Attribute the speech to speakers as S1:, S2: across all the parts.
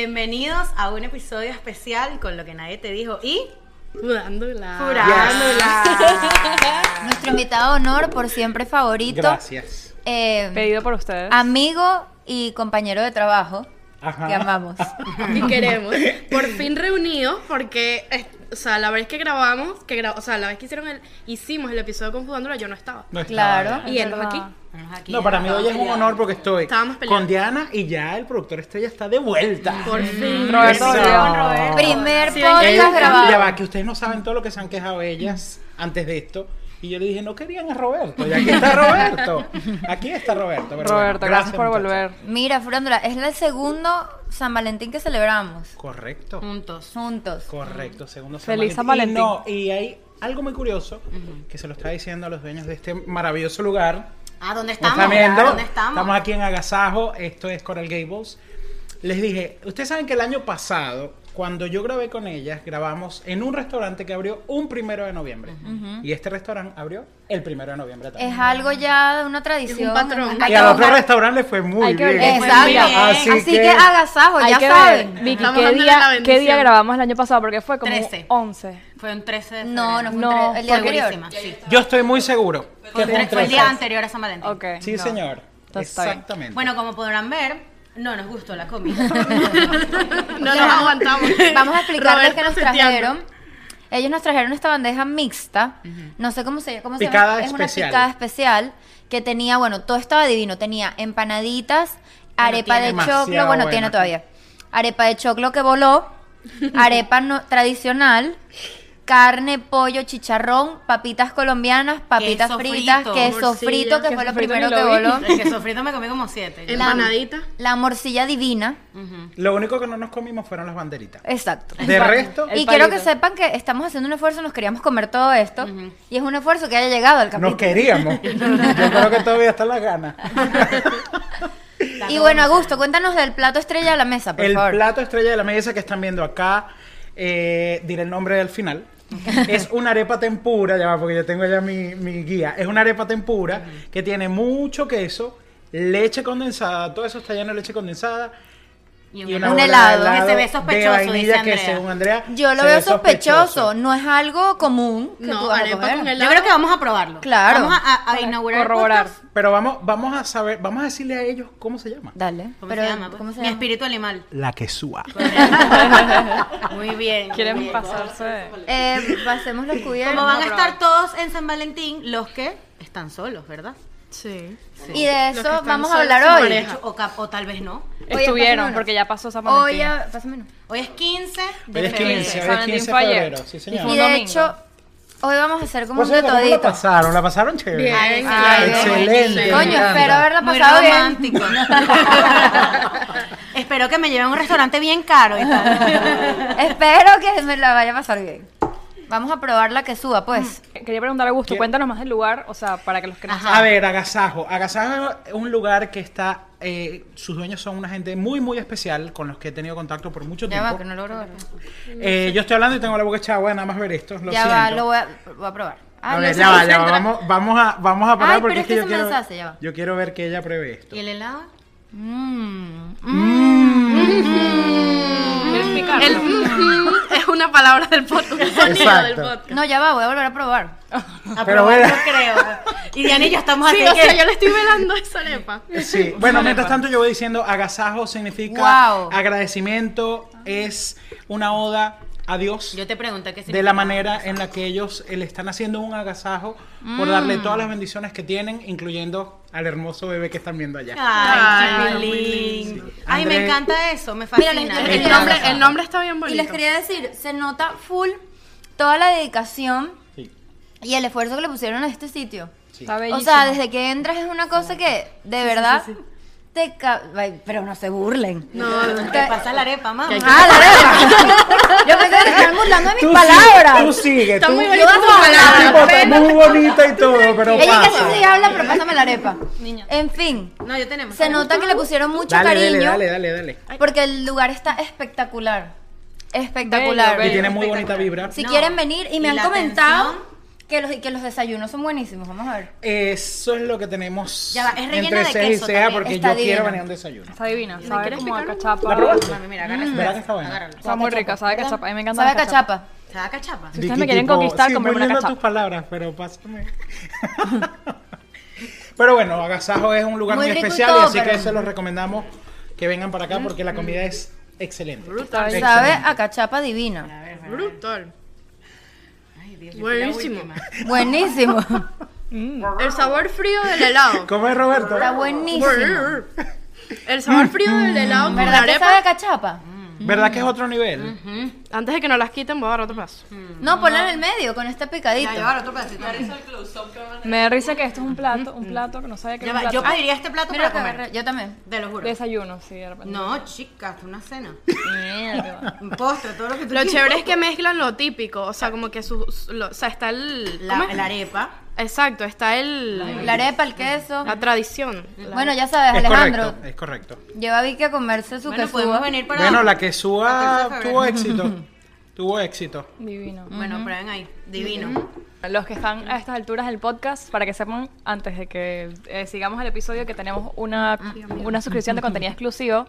S1: Bienvenidos a un episodio especial con lo que nadie te dijo y
S2: Jurándola.
S1: jurándola.
S3: Nuestro invitado de honor, por siempre favorito.
S4: Gracias.
S3: eh,
S5: Pedido por ustedes.
S3: amigo y compañero de trabajo.
S4: Ajá.
S3: Que amamos.
S2: Y queremos. Por fin reunidos, porque, eh, o sea, la vez que grabamos, que gra- o sea, la vez que hicieron el, hicimos el episodio con Jugándola, yo no estaba.
S4: No estaba.
S3: Claro.
S2: Y él no es aquí.
S1: Vamos aquí,
S4: No, para mí hoy es un honor porque estoy
S2: Estábamos peleando.
S4: con Diana y ya el productor estrella está de vuelta.
S2: Por fin.
S5: Roberto
S4: Eso.
S5: volvió con
S3: Primer
S2: Sí,
S4: Ya-
S3: podcast grabado.
S4: Ya va, que ustedes no saben todo lo que se han quejado ellas antes de esto. Y yo le dije, no querían a Roberto. Y aquí está Roberto. Aquí está Roberto. pero bueno,
S5: Roberto, gracias, por
S4: muchachos.
S5: volver.
S3: Mira, Furándola, es el segundo San Valentín que celebramos
S4: Correcto.
S1: Juntos.
S3: juntos.
S4: Correcto, segundo San
S5: Feliz San
S4: Valentín. Y
S5: Valentín.
S4: no, y hay algo muy curioso que se lo está diciendo a los dueños de este maravilloso lugar.
S1: Ah, ¿dónde
S4: Nos
S1: estamos?
S4: están viendo.
S1: ¿Dónde estamos?
S4: estamos? aquí en Agasajo, esto es Coral Gables. Les dije, ustedes saben que el año pasado, cuando yo grabé con ellas, grabamos en un restaurante que abrió un primero de noviembre. Y este restaurante abrió el primero de noviembre también.
S3: Es algo ya de una tradición.
S2: Es un patrón.
S3: Hay
S4: y
S3: que
S4: al otro
S3: buscar-
S4: restaurante le fue muy
S5: Hay que
S4: bien.
S5: ver-
S3: Exacto.
S1: Muy bien.
S3: Así, que, agasajo,
S5: Hay
S3: Oh, ya
S5: que
S3: saben.
S5: ver, Vicky,
S2: Estamos
S5: ¿qué
S2: dándole la
S5: día,
S2: bendición.
S5: ¿qué día grabamos el año pasado? Porque fue como
S1: 13.
S5: 11.
S1: Fue un 13 de
S3: No, no fue un
S5: No,
S3: tre- el día
S1: Segurísima,
S3: anterior.
S1: sí.
S4: Yo estoy muy seguro. que
S1: Fue, un tre-
S4: fue un
S1: fue el
S4: 13.
S1: día anterior a San Valentín.
S5: Ok.
S4: Sí,
S5: no.
S4: señor.
S5: Entonces está bien.
S4: Exactamente.
S1: Bueno, como podrán ver, no nos gustó la comida.
S2: No nos aguantamos.
S3: Vamos a explicarles
S2: Roberto
S3: que nos
S2: seteando.
S3: trajeron. Ellos nos trajeron esta bandeja mixta. No sé cómo se, cómo se
S4: Picada
S3: llama. Es
S4: especial.
S3: una picada especial que tenía, bueno, todo estaba divino. Tenía empanaditas, arepa
S4: tiene
S3: de
S4: demasiado
S3: choclo, bueno,
S4: buena.
S3: tiene todavía. Arepa de choclo que voló, arepa no- tradicional, carne, pollo, chicharrón, papitas colombianas, papitas
S1: Queso
S3: fritas,
S1: frito.
S3: queso
S2: Morcilla.
S3: frito, que
S2: Queso
S3: fue lo
S5: frito ni
S3: primero
S5: lo
S3: que
S5: vi.
S3: voló.
S1: El queso frito me comí como siete.
S3: La-
S2: Empanadita.
S3: La morcilla divina.
S4: Lo único que no nos comimos fueron las banderitas.
S3: Exacto.
S4: De resto,
S5: El
S3: Y quiero que
S5: palito.
S3: sepan que estamos haciendo un esfuerzo, nos queríamos comer todo esto. Y es un esfuerzo que haya llegado al
S4: nos
S3: capítulo.
S4: queríamos. Yo creo que todavía están las ganas.
S3: Y bueno, Augusto, cuéntanos del plato estrella de la mesa, por
S4: El
S3: favor.
S4: plato estrella de la mesa que están viendo acá, eh, diré el nombre al final. Es una arepa tempura, ya va, porque yo tengo ya mi, mi guía. Es una arepa tempura que tiene mucho queso, leche condensada, todo eso está lleno de leche condensada.
S1: Y
S4: Y,
S1: un
S4: una
S1: helado.
S3: Un
S4: bola de
S3: helado.
S4: helado
S1: Que se ve
S4: de
S1: sospechoso,
S4: vainilla
S1: dice
S4: que
S1: Andrea.
S4: según Andrea,
S3: Yo lo
S4: se
S3: veo
S4: ve
S3: sospechoso. no es algo común. Que
S2: No,
S3: tú vas a
S2: arepa
S3: comer.
S2: con helado.
S1: Yo creo que vamos a probarlo.
S3: Claro.
S1: Vamos a, a- a inaugurar el
S5: Corroborar.
S1: podcast.
S4: Pero vamos, vamos a saber, vamos a decirle a ellos cómo se llama.
S3: Dale.
S1: ¿Cómo
S3: pero,
S1: se llama? pues?
S3: ¿cómo se
S1: Mi
S3: llama?
S1: espíritu animal.
S4: La quesúa.
S3: Pues,
S1: Muy bien. muy
S5: Quieren
S1: bien.
S5: pasarse.
S3: Eh, pasemos los cubiertos.
S1: Como van a estar todos en San Valentín, los que están solos, ¿verdad?
S2: Sí.
S3: Y
S2: Los
S3: de
S2: que
S3: eso
S2: están
S3: vamos a
S2: solos
S3: hablar
S2: sin
S3: hoy.
S2: pareja.
S1: O, cap- o tal vez no.
S3: Oye,
S5: Estuvieron,
S3: pásamelo.
S5: porque ya pasó San
S3: Hoy, eh,
S5: Valentín.
S3: a- pásamelo.
S1: Hoy es 15 de
S4: Hoy es 15,
S1: febrero.
S4: hoy es
S5: Valentín
S4: 15 de
S5: fue ayer.
S4: febrero. Sí, señor.
S5: Fue
S3: Y
S5: un
S3: de
S5: domingo.
S3: hecho, hoy vamos a hacer como
S4: Por
S3: un
S4: cierto, ¿cómo Pues la
S3: totodito.
S4: pasaron? ¿La pasaron chévere?
S2: Bien.
S3: Ay,
S2: claro.
S4: Excelente,
S2: Sí.
S4: me
S3: Coño,
S4: encanta.
S3: espero haberla
S1: Muy
S3: pasado bien.
S1: romántico. Espero que me lleven a un restaurante bien caro y tal.
S3: Espero que me la vaya a pasar bien. Vamos a probar la que suba, pues.
S5: Quería preguntar a Augusto,
S4: ¿Qué?
S5: cuéntanos más del lugar, o sea, para que los que no
S1: Ajá.
S4: A ver, Agasajo. Agasajo es un lugar que está. eh, sus dueños son una gente muy, muy especial con los que he tenido contacto por mucho
S3: Ya
S4: tiempo.
S3: va, que no logro verlo.
S4: Eh, yo estoy hablando y tengo la boca echada, agua de nada más ver esto. Lo
S3: Ya
S4: siento.
S3: va, lo voy a, voy a probar.
S4: a
S3: Ay,
S4: ver,
S3: no
S4: ya
S3: sé.
S4: va, ya va. Vamos, vamos a, vamos a parar
S3: Ay, pero
S4: porque
S3: es
S4: es que
S3: que
S4: yo
S3: se me
S4: quiero.
S3: deshace, ya va.
S4: Yo quiero ver que ella pruebe esto.
S1: ¿Y el helado?
S3: Mm.
S5: ¿Quieres picarlo?
S2: El- mm, es una palabra del podcast. Un sonido
S4: Exacto.
S2: del podcast.
S3: No, ya va, voy a volver a probar.
S1: A
S4: Pero
S1: probar,
S4: bueno.
S1: no creo. Y Diana y yo estamos así
S2: Sí, o
S1: que-
S2: sea, yo le estoy velando a esa arepa.
S4: Sí, bueno, mientras tanto yo voy diciendo agasajo significa
S3: Guau.
S4: agradecimiento, es una oda a Dios.
S1: Yo te pregunté qué
S4: de la
S1: significa.
S4: manera en la que ellos eh, le están haciendo un agasajo por darle todas las bendiciones que tienen, incluyendo al hermoso bebé que están viendo allá.
S1: Ay,
S2: Ay,
S1: qué
S2: muy
S1: lindo.
S4: lindo.
S1: Ay, me
S4: Andrés-
S1: encanta eso, me
S3: Mira,
S1: fascina.
S3: les- les-
S2: El
S3: les-
S2: nombre, el nombre está bien
S3: Y
S2: bonito.
S3: les quería decir, se nota full toda la dedicación
S4: Sí,
S3: y el esfuerzo que le pusieron a este sitio.
S4: sí.
S5: Está
S3: O
S5: bellísimo.
S3: sea, desde que entras es una cosa que, de verdad, te... ca- Ay, pero no se burlen.
S2: No, no.
S1: Te pasa la arepa, mamá.
S3: Ah, la verdad. Yo pensé que se estaban burlando de mis
S4: Tú
S3: palabras.
S4: sigue, tú sigue.
S2: Está
S4: tú-
S2: muy
S3: Yo
S2: bonito tu
S3: voy a hablar.
S2: palabra.
S4: tipo, está muy bonita y todo, pero
S3: Ella casi
S4: pasa.
S3: se habla, pero pásame la arepa.
S1: Niña.
S3: En fin,
S1: No, yo tenemos.
S3: se nota que le pusieron mucho
S4: Dale,
S3: cariño
S4: dale, dale, dale, dale.
S3: porque el lugar está espectacular. Espectacular.
S5: Bello,
S4: Y tiene
S5: bello.
S4: muy bonita vibra.
S3: Si
S1: No.
S3: quieren venir y
S1: Y
S3: me han
S1: la
S3: comentado
S1: atención.
S3: Que los, que los desayunos son buenísimos, vamos a ver.
S4: Eso es lo que tenemos
S1: Ya va, es rellena
S4: entre
S1: de
S4: ceja
S1: queso
S4: y ceja
S1: también.
S4: porque
S3: Está
S4: yo
S3: divino.
S4: quiero venir a un desayuno.
S5: Está divina. Sabe
S2: quieres
S5: como a
S2: picar uno?
S5: cachapa.
S4: ¿La probaste?
S1: Mami, mira, agarra
S4: Mm,
S1: esa.
S4: ¿verdad que está buena?
S1: Agárralo.
S5: Está muy rica, sabe a cachapa. A mí me encanta
S3: Sabe a
S5: la cachapa.
S3: cachapa.
S1: ¿Te da cachapa?
S5: Si ustedes me quieren conquistar,
S4: sí,
S5: compren
S4: muy
S5: una
S4: lindas
S5: cachapa.
S4: tus palabras, pero pásame. pero bueno, Agasajo es un lugar
S3: Muy
S4: muy,
S3: rico y
S4: especial y
S3: todo,
S4: así que
S3: pero-
S4: se los recomendamos que vengan para acá porque la comida es excelente.
S5: Está bien.
S3: Sabe
S4: Excelente.
S3: a cachapa divina.
S1: A ver, a ver.
S2: Brutal.
S1: Ay, Dios, yo fui la
S2: Buenísimo.
S1: última.
S3: Buenísimo.
S2: El sabor frío del helado.
S4: ¿Cómo es Roberto?
S3: Está buenísimo.
S2: Brr. El sabor frío del helado con la
S3: ¿Verdad que sabe a
S2: arepa.
S3: cachapa?
S1: Mm.
S4: ¿Verdad que es otro nivel?
S2: Antes de que nos las quiten, voy a agarrar otro paso.
S3: No, ponla en el medio con este picadito.
S1: Ya, ya, ahora otro pedacito.
S5: Me da risa que esto es un plato, un plato que no sabía que
S1: Ya
S5: era un
S1: va,
S5: plato. Ah,
S1: Yo pediría este plato
S3: Mira
S1: para
S3: que
S1: comer.
S3: agarré- Yo también.
S1: Te lo juro.
S5: Desayuno, sí, de repente.
S1: No, chicas, una cena.
S5: Mierda.
S1: Un postre, todo lo que tú
S2: Lo
S1: quieras.
S2: chévere es que mezclan lo típico, o sea, como que su, su- lo- o sea, está el
S1: La,
S2: ¿cómo es?
S1: la arepa.
S2: Exacto, está el
S3: La arepa, el queso.
S1: Ah,
S2: la tradición.
S3: Bueno, ya sabes,
S4: es
S3: Alejandro.
S4: correcto, es correcto.
S3: Lleva a Vicky a comerse su
S1: Bueno,
S3: queso.
S1: podemos venir para...
S4: Bueno, la que suba
S1: La tercera
S4: tuvo éxito. tuvo éxito.
S5: Divino.
S1: Bueno, prueben ahí. Divino.
S5: Los que están a estas alturas del podcast, para que sepan, antes de que eh, sigamos el episodio, que tenemos una, una suscripción de contenido exclusivo,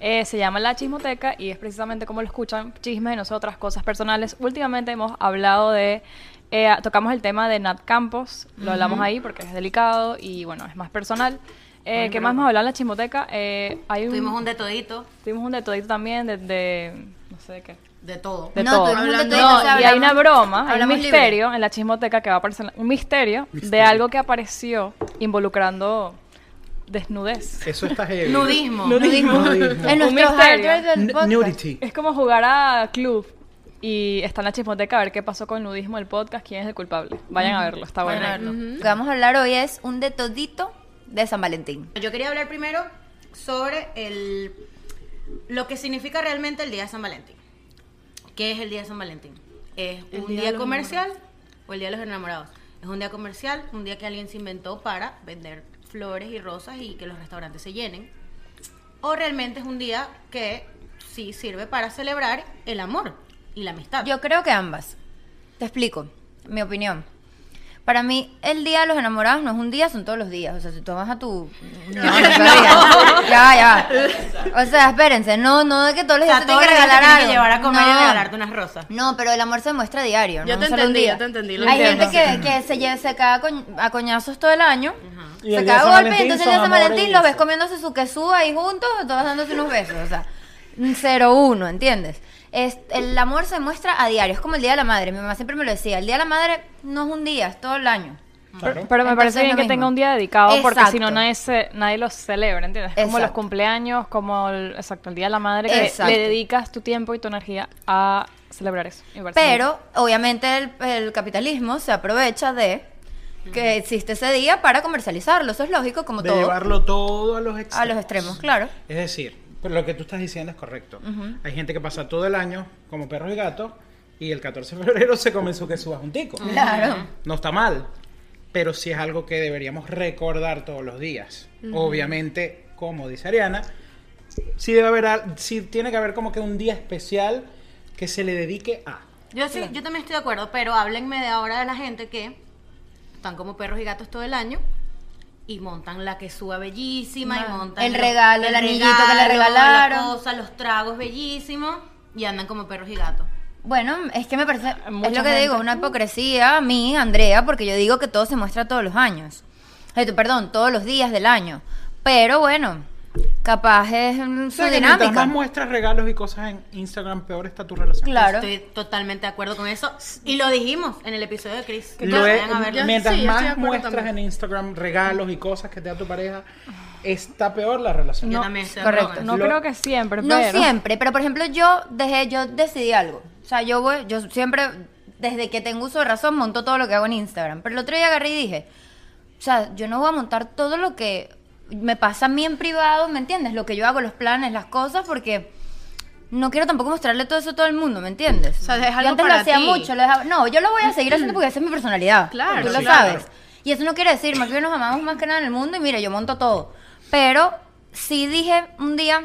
S5: eh, se llama La Chismoteca y es precisamente como lo escuchan, chismes de nosotras, cosas personales. Últimamente hemos hablado de, eh, tocamos el tema de Nat Campos, lo hablamos ahí porque es delicado y bueno, es más personal. Eh, ¿Qué más hemos hablado en La Chismoteca? Eh, hay un,
S1: Tuvimos un de todito,
S5: tuvimos un de todito también, de, de- no sé de qué.
S1: de todo.
S5: De
S3: No,
S5: todo.
S3: tuvimos un de
S5: Hablando-
S3: todo, o sea,
S5: no, y hay una
S3: hablamos-
S5: broma, hay un
S3: hablamos libre.
S5: misterio en la chismoteca que va a aparecer, un misterio, de algo que apareció involucrando desnudez.
S4: Eso está heavy.
S1: Nudismo.
S3: Nudismo.
S4: Nudismo.
S3: En
S5: Un
S3: nuestro
S5: misterio.
S3: hardware del
S4: N-
S3: podcast.
S4: Nudity.
S5: Es como jugar a club y está en la chismoteca a ver qué pasó con el nudismo del podcast, quién es el culpable. Vayan a verlo, está bueno.
S3: Lo que vamos a hablar hoy es un de todito de San Valentín.
S1: Yo quería hablar primero sobre el lo que significa realmente el Día de San Valentín. ¿Qué es el Día de San Valentín? ¿Es un día,
S2: de los
S1: comercial o el Día de los Enamorados? Es un día comercial, un día que alguien se inventó para vender flores y rosas y que los restaurantes se llenen. O realmente es un día que sí sirve para celebrar el amor y la amistad.
S3: Yo creo que ambas. Te explico mi opinión. Para mí, el día de los enamorados no es un día, son todos los días. O sea, si tú vas a tu. No, no, todavía. Ya, ya. O sea, espérense. No, no de que todos
S1: o
S3: los días
S1: sea,
S3: te
S1: todo
S3: tienen que
S1: regalo te
S3: regalar
S1: tienen
S3: algo.
S1: que llevar a comer y
S3: No.
S1: regalarte unas rosas.
S3: No, pero el amor se muestra diario.
S2: Yo
S3: no
S2: te
S3: solo un
S2: entendí,
S3: día.
S2: yo te entendí, lo
S3: Hay
S2: entiendo.
S3: gente que, que se, lleva, se caga coñ- a coñazos todo el año.
S4: Y
S3: Se
S4: el día de
S3: caga
S4: San
S3: a golpe y
S4: Valentín
S3: entonces
S4: son
S3: el día de San
S4: amores y
S3: Valentín los ves
S4: eso.
S3: comiendo su quesú ahí juntos, todos dándose unos besos. O sea, 0-1, ¿entiendes? Es, el amor se muestra a diario. Es como el día de la madre. Mi mamá siempre me lo decía. El día de la madre no es un día, es todo el año.
S4: Claro.
S5: Pero me
S3: Entonces
S5: parece
S3: es
S5: bien
S3: lo
S5: que
S3: mismo.
S5: tenga un día dedicado porque si no
S3: Exacto.
S5: nadie, se- nadie los celebra, ¿entiendes? Como los
S3: Exacto.
S5: cumpleaños, como el, exacto, el Día de la Madre, que
S3: Exacto.
S5: le dedicas tu tiempo y tu energía a celebrar eso. Me parece bien.
S3: Pero, obviamente, el, el capitalismo se aprovecha de que existe ese día para comercializarlo. Eso es lógico, como
S4: de
S3: todo.
S4: llevarlo todo a los extremos.
S3: A los extremos, claro.
S4: Es decir, pero lo que tú estás diciendo es correcto. Hay gente que pasa todo el año como perros y gatos y el 14 de febrero se come su queso juntico.
S3: Ah. Claro.
S4: No está mal, pero sí es algo que deberíamos recordar todos los días. Obviamente, como dice Ariana, sí debe haber, al- sí tiene que haber como que un día especial que se le dedique a.
S1: Yo sí, yo también estoy de acuerdo, pero háblenme de ahora de la gente que están como perros y gatos todo el año y montan la que suba bellísima y
S3: Ma-
S1: montan
S3: el
S1: lo-
S3: regalo, el anillito que le
S1: regalo,
S3: regalaron.
S1: la cosa, los tragos bellísimos y andan como perros y gatos.
S3: Bueno, es que me parece,
S5: Mucha
S3: es lo que
S5: gente.
S3: digo, una hipocresía a mí, Andrea, porque yo digo que todo se muestra todos los años. Ay, tú, perdón, todos los días del año. Pero bueno, capaz es mm,
S4: O
S3: su
S4: sea, que mientras
S3: dinámica.
S4: más muestras regalos y cosas en Instagram, peor está tu relación.
S3: Claro.
S1: Estoy totalmente de acuerdo con eso y lo dijimos en el episodio de Chris.
S4: Lo
S1: Entonces,
S4: es-
S1: vayan a verlo.
S2: yo-
S4: mientras
S2: sí, yo estoy de
S4: más
S2: acuerdo
S4: muestras
S2: también.
S4: en Instagram regalos y cosas que te da tu pareja, está peor la relación.
S1: Yo
S5: no,
S1: también estoy de
S3: correcto.
S1: acuerdo con
S5: No
S4: Lo-
S5: creo que siempre,
S3: No
S5: pero...
S3: siempre, pero por ejemplo yo dejé, yo decidí algo. O sea, yo voy, yo siempre, desde que tengo uso de razón, monto todo lo que hago en Instagram. Pero el otro día agarré y dije, o sea, yo no voy a montar todo lo que me pasa a mí en privado, ¿me entiendes? Lo que yo hago, los planes, las cosas, porque no quiero tampoco mostrarle todo eso a todo el mundo, ¿me entiendes?
S2: O sea, es
S3: Yo
S2: algo
S3: antes
S2: para
S3: lo hacía
S2: ti.
S3: mucho, lo dejaba- No, yo lo voy a seguir haciendo porque esa es mi personalidad.
S2: Claro,
S3: Tú lo
S4: sí,
S3: sabes.
S4: claro.
S3: Y eso no quiere decir, más bien nos amamos más que nada en el mundo y mira, yo monto todo. Pero sí dije un día,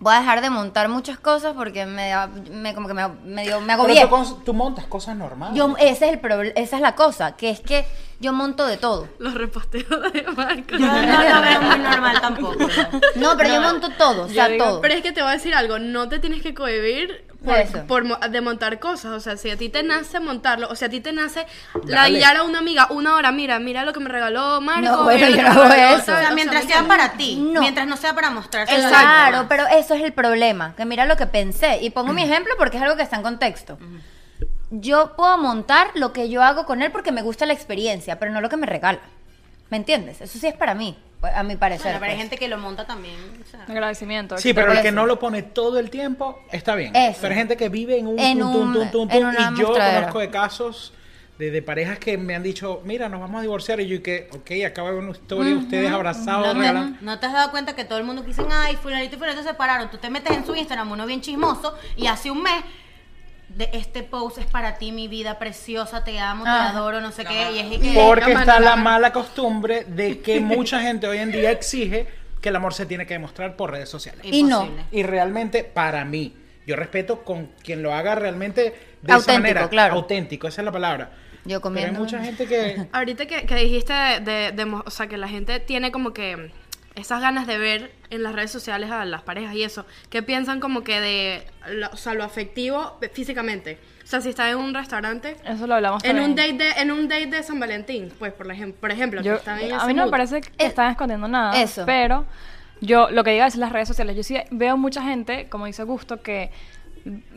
S3: voy a dejar de montar muchas cosas porque me, da- me como que me, me dio, me
S4: Pero
S3: agobié.
S4: tú, cons- tú montas cosas normales.
S3: Yo, ese es el proble- esa es la cosa, que es que yo monto de todo.
S2: Los reposteos de Marco.
S1: Yo no lo veo muy normal tampoco. ¿no?
S3: No, pero yo monto todo, o sea,
S5: digo,
S3: todo.
S2: Pero es que te voy a decir algo, no te tienes que cohibir
S3: Eso.
S2: por, por mo- de montar cosas, o sea, si a ti te nace montarlo, o sea, a ti te nace la
S4: Dale.
S2: guiar a una amiga una hora, mira, mira lo que me regaló Marco.
S3: No, bueno,
S2: mira lo que
S3: yo no
S2: me
S3: hago
S2: regaló,
S3: eso.
S1: O
S2: ¿sabes?
S1: sea,
S2: O
S1: mientras
S2: mira-
S1: sea para ti,
S3: No.
S1: mientras no sea para mostrarse. a los
S3: Claro,
S1: demás.
S3: pero eso es el problema. Que mira lo que pensé. Y pongo mi ejemplo porque es algo que está en contexto. Yo puedo montar lo que yo hago con él porque me gusta la experiencia, pero no lo que me regala. ¿Me entiendes? Eso sí es para mí, a mi parecer.
S1: Bueno, pero hay
S3: pues.
S1: gente que lo monta también. o sea.
S5: Agradecimiento.
S4: Sí, pero el
S3: Por
S4: que
S3: eso.
S4: no lo pone todo el tiempo está bien.
S3: Eso.
S4: Pero hay gente que vive en un,
S3: En
S4: tum, tum,
S3: un-
S4: tum, tum,
S3: en
S4: tum,
S3: una
S4: y yo
S3: mostradera.
S4: conozco de casos de, de parejas que me han dicho, mira, nos vamos a divorciar y yo y que, ok, acaba de ver una historia, ustedes abrazados,
S1: No te,
S4: regalando.
S1: no te has dado cuenta que todo el mundo que dicen, ay, fulanito y fulanito se separaron. Tú te metes en su Instagram, uno bien chismoso, y hace un mes, de este post es para ti, mi vida preciosa, te amo, te
S3: Ah.
S1: adoro, no sé qué. Y es y que,
S4: Porque
S2: la
S4: está
S2: mano, la
S4: la
S2: mano.
S4: mala costumbre de que mucha gente hoy en día exige que el amor se tiene que demostrar por redes sociales.
S3: Y no.
S1: imposible.
S4: Y realmente, para mí, yo respeto con quien lo haga realmente de esa
S3: Auténtico,
S4: manera.
S3: claro.
S4: Auténtico, esa es la palabra.
S3: Yo
S4: Pero hay
S3: comiendo.
S4: mucha gente que...
S2: Ahorita que, que dijiste de, de- de mo- o sea, que la gente tiene como que esas ganas de ver en las redes sociales a las parejas y eso, ¿qué piensan como que de, lo- o sea, lo afectivo físicamente? O sea, si está en un restaurante,
S5: Eso lo hablamos
S2: en un
S5: también.
S2: date de, en un date de San Valentín, pues por ejemplo, por ejemplo, que
S5: Yo-
S2: están en
S5: a
S2: ese
S5: mí no me
S2: mood.
S5: parece que
S3: Eh,
S5: están escondiendo nada.
S3: eso.
S5: Pero yo lo que digo es las redes sociales. Yo sí veo mucha gente, como dice Gusto, que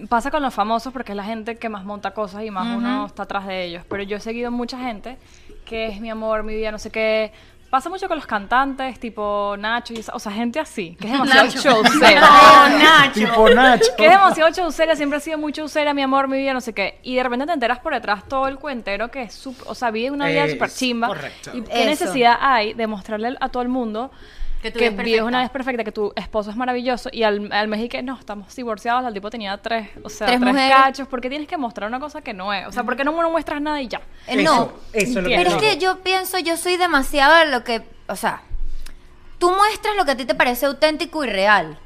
S5: pasa con los famosos porque es la gente que más monta cosas y más uno está atrás de ellos. Pero yo he seguido mucha gente que es mi amor, mi vida, no sé qué. Pasa mucho con los cantantes, tipo Nacho y esa, o sea, gente así, que es demasiado
S2: Nacho.
S5: showcera.
S1: Oh, Nacho.
S4: Tipo Nacho.
S5: que es demasiado chaucera, siempre ha sido muy chaucera, mi amor, mi vida, no sé qué. Y de repente te enteras por detrás todo el cuentero que es, su- o sea, vive una vida
S4: Eh, Es
S5: súper chimba.
S4: correcto.
S5: ¿Y qué
S3: Eso.
S5: necesidad hay de mostrarle a todo el mundo
S1: Que
S5: que,
S1: tu vida es
S5: vives
S1: perfecta?
S5: una vez perfecta, que tu esposo es maravilloso y al, al mes y que no, estamos divorciados, el tipo tenía tres, o sea,
S3: Tres
S5: tres,
S3: mujeres.
S5: cachos, porque tienes que mostrar una cosa que no es, o sea, porque no, no muestras nada y ya.
S3: Eh, no.
S4: Eso, eso es lo que
S3: Pero es
S4: yo
S3: que
S4: digo.
S3: yo pienso, yo soy demasiado a lo que, o sea, tú muestras lo que a ti te parece auténtico y real.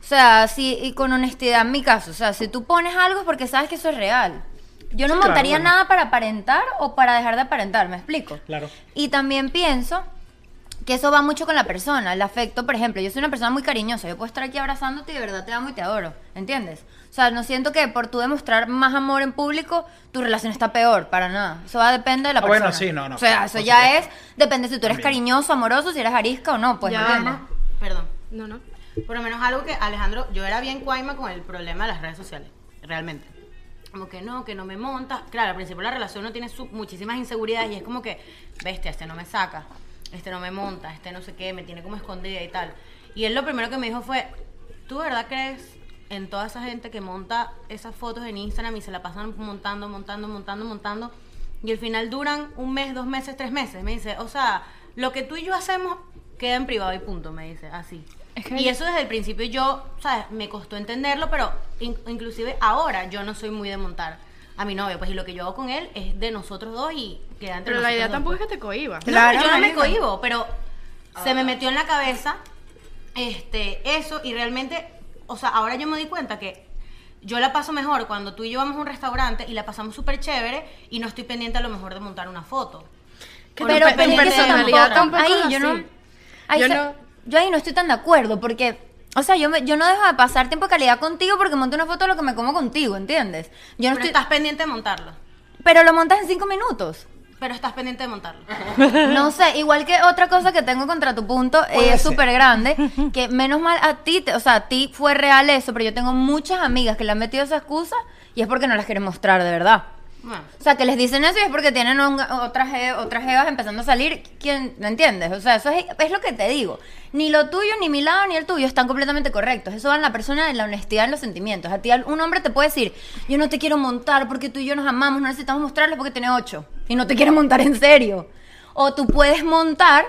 S3: O sea, si, y con honestidad en mi caso, o sea, si tú pones algo es porque sabes que eso es real. Yo no
S4: Sí, claro,
S3: montaría
S4: bueno.
S3: nada para aparentar o para dejar de aparentar, ¿me explico?
S4: Claro.
S3: Y también pienso que eso va mucho con la persona, el afecto, por ejemplo, yo soy una persona muy cariñosa, yo puedo estar aquí abrazándote y de verdad te amo y te adoro, ¿entiendes? O sea, no siento que por tú demostrar más amor en público, tu relación está peor, para nada. Eso va a depender de la
S4: Ah, bueno,
S3: persona.
S4: sí, no, no,
S3: O sea,
S4: claro,
S3: eso
S4: por
S3: ya es,
S4: supuesto.
S3: depende si tú eres
S4: También.
S3: cariñoso, amoroso, si eres arisca o no, pues,
S2: Ya,
S3: ¿entiendes?
S2: ¿no?
S1: Perdón.
S2: No, no.
S1: Por lo menos algo que, Alejandro, yo era bien cuaima con el problema de las redes sociales, realmente. Como que no, que no me montas. Claro, al principio la relación no tiene su- muchísimas inseguridades y es como que, bestia, este no me saca, este no me monta, este no sé qué, me tiene como escondida y tal. Y él lo primero que me dijo fue, ¿tú de verdad crees en toda esa gente que monta esas fotos en Instagram y se la pasan montando, montando, montando, montando? Y al final duran un mes, dos meses, tres meses. Me dice, o sea, lo que tú y yo hacemos queda en privado y punto, me dice, así.
S5: Es que-
S1: Y eso desde el principio yo, ¿sabes? Me costó entenderlo, pero in- inclusive ahora yo no soy muy de montar a mi novio. Pues y lo que yo hago con él es de nosotros dos y queda entre
S2: Pero la idea
S1: nosotros
S2: tampoco
S1: dos,
S2: es que Ah. te cohibas.
S1: pues. No,
S3: Claro,
S1: yo no me
S3: marica.
S1: cohibo, pero se me metió en la cabeza este eso y realmente, o sea, ahora yo me di cuenta que yo la paso mejor cuando tú y yo vamos a un restaurante y la pasamos súper chévere y no estoy pendiente a lo mejor de montar una foto.
S2: Que
S1: O
S3: pero,
S1: no
S2: pe-
S3: pero es que
S1: pendiente
S3: eso
S1: de
S2: en
S3: tampoco,
S2: realidad
S1: montar.
S2: tampoco
S3: ahí
S2: es
S3: yo no,
S2: así.
S3: ahí
S2: Yo
S3: se-
S2: no-
S3: yo ahí no estoy tan de acuerdo porque, o sea, yo, me- yo no dejo de pasar tiempo de calidad contigo porque monto una foto de lo que me como contigo, ¿entiendes? Yo no
S1: Pero
S3: estoy,
S1: estás pendiente de montarlo.
S3: pero lo montas en cinco minutos.
S1: Pero estás pendiente de montarlo.
S3: No sé, igual que otra cosa que tengo contra tu punto, eh,
S4: Puede
S3: es
S4: ser.
S3: súper grande, que menos mal a ti, te- o sea, a ti fue real eso, pero yo tengo muchas amigas que le han metido esa excusa y es porque no las quieren mostrar, de verdad.
S1: Bueno.
S3: O sea, que les dicen eso y es porque tienen un- otras, je- otras jevas empezando a salir, ¿quién, ¿me entiendes? O sea, eso es, es lo que te digo. Ni lo tuyo, ni mi lado, ni el tuyo están completamente correctos. Eso va en la persona, en la honestidad, en los sentimientos. A ti al- un hombre te puede decir, yo no te quiero montar porque tú y yo nos amamos, no necesitamos mostrarlo porque tiene ocho. Y no te quiere montar en serio. O tú puedes montar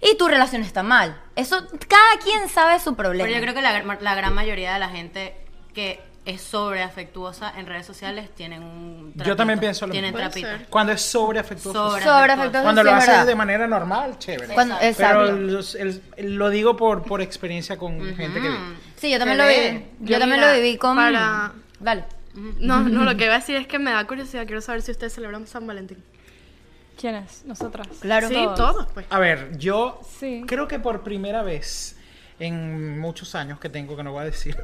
S3: y tu relación está mal. Eso, cada quien sabe su problema.
S1: Pero yo creo que la, la gran mayoría de la gente que es sobreafectuosa en redes sociales tienen un
S4: Yo también pienso lo
S1: tienen
S4: mismo.
S2: Puede
S1: trapito.
S2: ser.
S4: Cuando es sobreafectuoso.
S1: Sobre-
S3: Sobreafectuoso,
S4: Cuando
S3: sí,
S4: lo
S3: es
S4: haces
S3: verdad.
S4: de manera normal, chévere.
S3: Cuando-
S4: Pero
S3: exacto.
S4: los- el- lo digo por, por experiencia con gente que vi.
S3: Sí, yo también lo
S2: Bebé,
S3: viví.
S2: yo
S3: Yo también
S2: mira,
S3: lo viví con.
S2: para-
S3: Dale.
S2: No, no, lo que iba a decir es que me da curiosidad. Quiero saber si ustedes celebran San Valentín.
S5: ¿Quiénes? Nosotras.
S3: Claro.
S2: sí,
S5: todos.
S2: todos, pues.
S4: A ver, yo
S5: Sí.
S4: creo que por primera vez en muchos años que tengo que no voy a decir.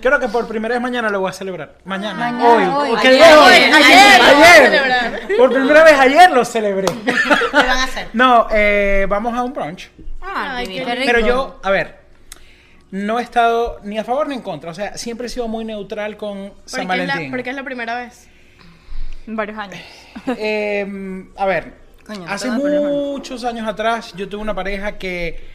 S4: creo que por primera vez mañana lo voy a celebrar. Mañana,
S3: Mañana,
S4: hoy.
S3: hoy.
S4: ¿Qué
S1: Ayer,
S4: día es hoy?
S1: ayer,
S2: ayer.
S4: ayer. Por primera vez ayer lo celebré.
S1: ¿Qué van a hacer?
S4: No, eh, vamos a un brunch.
S1: Ah,
S2: Ay,
S1: divino.
S3: qué rico.
S4: Pero yo, a ver, no he estado ni a favor ni en contra. O sea, siempre he sido muy neutral con San
S2: Porque es, la,
S4: Valentín.
S2: porque es la primera vez.
S5: Varios años.
S4: Eh, a ver,
S1: Coño,
S4: hace
S1: te vas a poner mal.
S4: muchos años atrás yo tuve una pareja que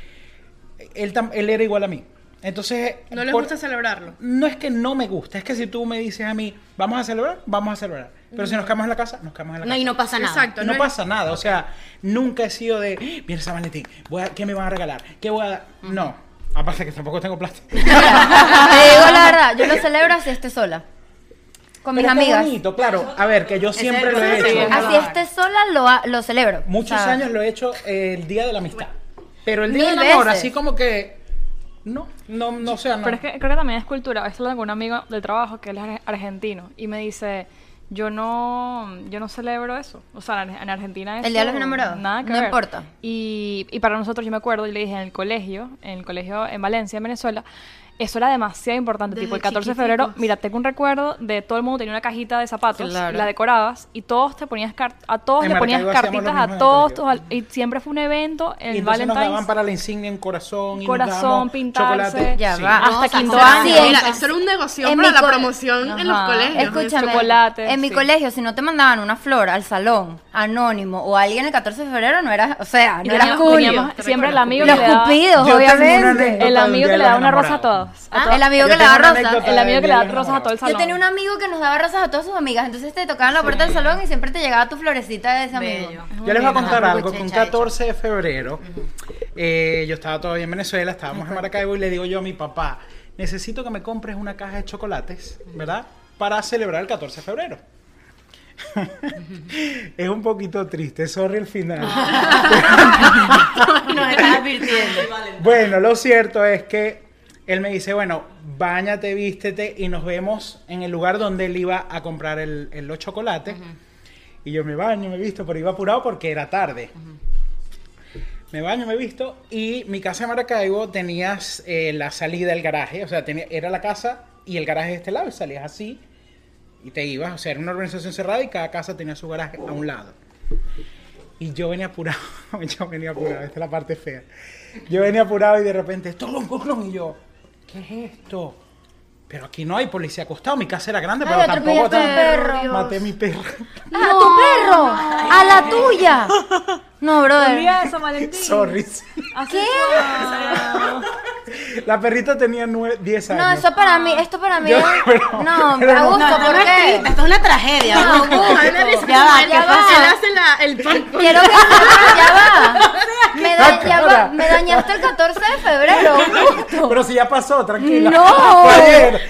S4: él, tam- él era igual a mí. Entonces,
S2: No
S5: Eh,
S2: les
S4: por-
S2: gusta celebrarlo.
S4: no es que no me gusta, es que si tú me dices a mí, vamos a celebrar, vamos a celebrar. Pero si nos quedamos en la casa, nos quedamos en la
S1: No,
S4: casa.
S1: y no pasa nada.
S2: Exacto.
S4: No
S2: es-
S4: pasa nada, o sea, nunca he sido de, "Ah, mira San Valentín, voy a- ¿qué me van a regalar? ¿Qué voy a dar? No, aparte que tampoco tengo plata.
S3: Te digo la verdad, yo lo celebro si esté sola. Con mis
S4: Pero está
S3: amigas.
S4: bonito, claro, a ver, que yo
S1: Ese-
S4: siempre lo he
S1: ese
S4: hecho.
S1: es
S3: Así esté sola, lo, ha- lo celebro.
S4: Muchos
S3: O sea,
S4: años lo he hecho eh, el día de la amistad. Pero el día
S3: Mil
S4: del amor,
S3: veces.
S4: así como que. No, no, no, o sea, no.
S5: Pero es que creo que también es cultura. Esto lo tengo un amigo del trabajo que él es ar- argentino y me dice, yo no, yo no celebro eso. O sea, en en Argentina eso,
S3: El Día de los Enamorados.
S5: Nada que
S3: No
S5: ver.
S3: importa.
S5: Y, y para nosotros, yo me acuerdo, yo le dije en el colegio, en el colegio en Valencia, en Venezuela, eso era demasiado importante.
S2: Desde
S5: tipo, el 14 de febrero,
S2: chiquiticos.
S5: mira, tengo un recuerdo de todo el mundo tenía una cajita de zapatos,
S1: Claro.
S5: la decorabas y todos te ponías, car- a todos
S4: En
S5: le ponías
S4: Maracaibo hacíamos lo
S5: cartitas, a
S4: mismo en el
S5: todos,
S4: colegio.
S5: tus- y siempre fue un evento, el
S4: y entonces
S5: Valentine's.
S4: nos daban para la insignia en corazón. Y
S5: Corazón,
S4: nos daban
S5: pintarse.
S4: chocolate.
S3: Ya
S4: Sí.
S3: va.
S5: Hasta
S1: No, o sea,
S5: quinto
S1: será-
S5: año.
S3: Sí,
S2: Mira,
S3: en-
S2: eso era un negoción
S3: en
S2: para
S3: mi
S2: la
S3: co-
S2: promoción en los
S5: Ajá.
S2: colegios. ¿eh?
S3: Escúchame,
S5: Chocolate,
S3: en mi
S5: sí.
S3: colegio, si no te mandaban una flor al salón, anónimo, o alguien el 14 de febrero, no eras, o sea,
S5: Y
S3: no eras
S5: teníamos-
S3: cool.
S5: teníamos
S2: ¿Te
S5: siempre el
S2: recuerdas?
S5: amigo
S3: Los
S5: que le daba-
S4: Yo
S3: cupidos,
S4: tengo una
S3: obviamente.
S4: anécdota
S5: El
S4: del
S5: amigo
S4: Día
S5: que
S4: de
S5: le
S4: los
S5: da una rosa a
S4: Enamorados.
S5: todos. A
S3: Ah,
S5: todos.
S3: el amigo
S4: Yo
S3: que le
S4: tengo
S3: da
S4: una
S3: rosa.
S4: anécdota
S5: El amigo
S4: del
S5: que le
S4: Día
S5: da
S4: de los
S5: rosas a todo
S4: Enamorados.
S5: el salón.
S3: Yo tenía un amigo que nos daba rosas a todas sus amigas, entonces te tocaban la puerta del salón y siempre te llegaba tu florecita de ese
S1: Bello.
S3: amigo.
S4: Yo les voy a contar
S1: Ajá,
S4: algo.
S1: checha,
S4: Que un
S1: checha.
S4: 14 de febrero, eh, yo estaba todavía en Venezuela, estábamos en Maracaibo y le digo yo a mi papá, necesito que me compres una caja de chocolates, ¿verdad? Para celebrar el 14 de febrero. es un poquito triste, sorry el final.
S1: Nos estás advirtiendo.
S4: bueno, lo cierto es que él me dice, bueno, báñate, vístete y nos vemos en el lugar donde él iba a comprar el- el- los chocolates. Y yo me baño, me visto, pero iba apurado porque era tarde. Me baño, me visto y mi casa de Maracaibo tenías eh, la salida del garaje, o sea, tenía- era la casa y el garaje de este lado y salías así y te ibas, o sea, era una organización cerrada y cada casa tenía su garaje a un lado. Y yo venía apurado, yo venía apurado, esta es la parte fea. Yo venía apurado y de repente, ¡tolón, clon! Y yo, ¿qué es esto? Pero aquí no hay policía acostado, mi casa era grande,
S3: Ay,
S4: pero tampoco...
S3: Ah, atropellaste a un
S4: tan-
S3: perro.
S4: Maté a mi perro.
S3: ¡A tu perro! ¡A la tuya! No,
S5: El día
S3: brother.
S5: de San Valentín.
S4: Sorry.
S5: Así
S3: ¿Qué?
S4: Este La perrita tenía nue- 10 años.
S3: No, eso para mí, esto para mí
S4: Yo-
S3: es...
S4: pero-
S3: No,
S4: pero
S1: No,
S4: no.
S3: Augusto,
S1: no
S3: ¿por
S1: me
S3: qué?
S1: escribas, Esto es una tragedia.
S3: No,
S1: Augusto.
S3: Augusto.
S1: Ya va, ¿qué
S3: ya va.
S1: pasó?
S2: Él hace la, el pan con-
S3: Quiero que ya va. Me, da- ya
S4: Doctora.
S3: va. Me dañaste el 14 de febrero. Augusto. Ah,
S4: Pero si ya pasó, tranquila.
S3: No.
S4: Fue ayer.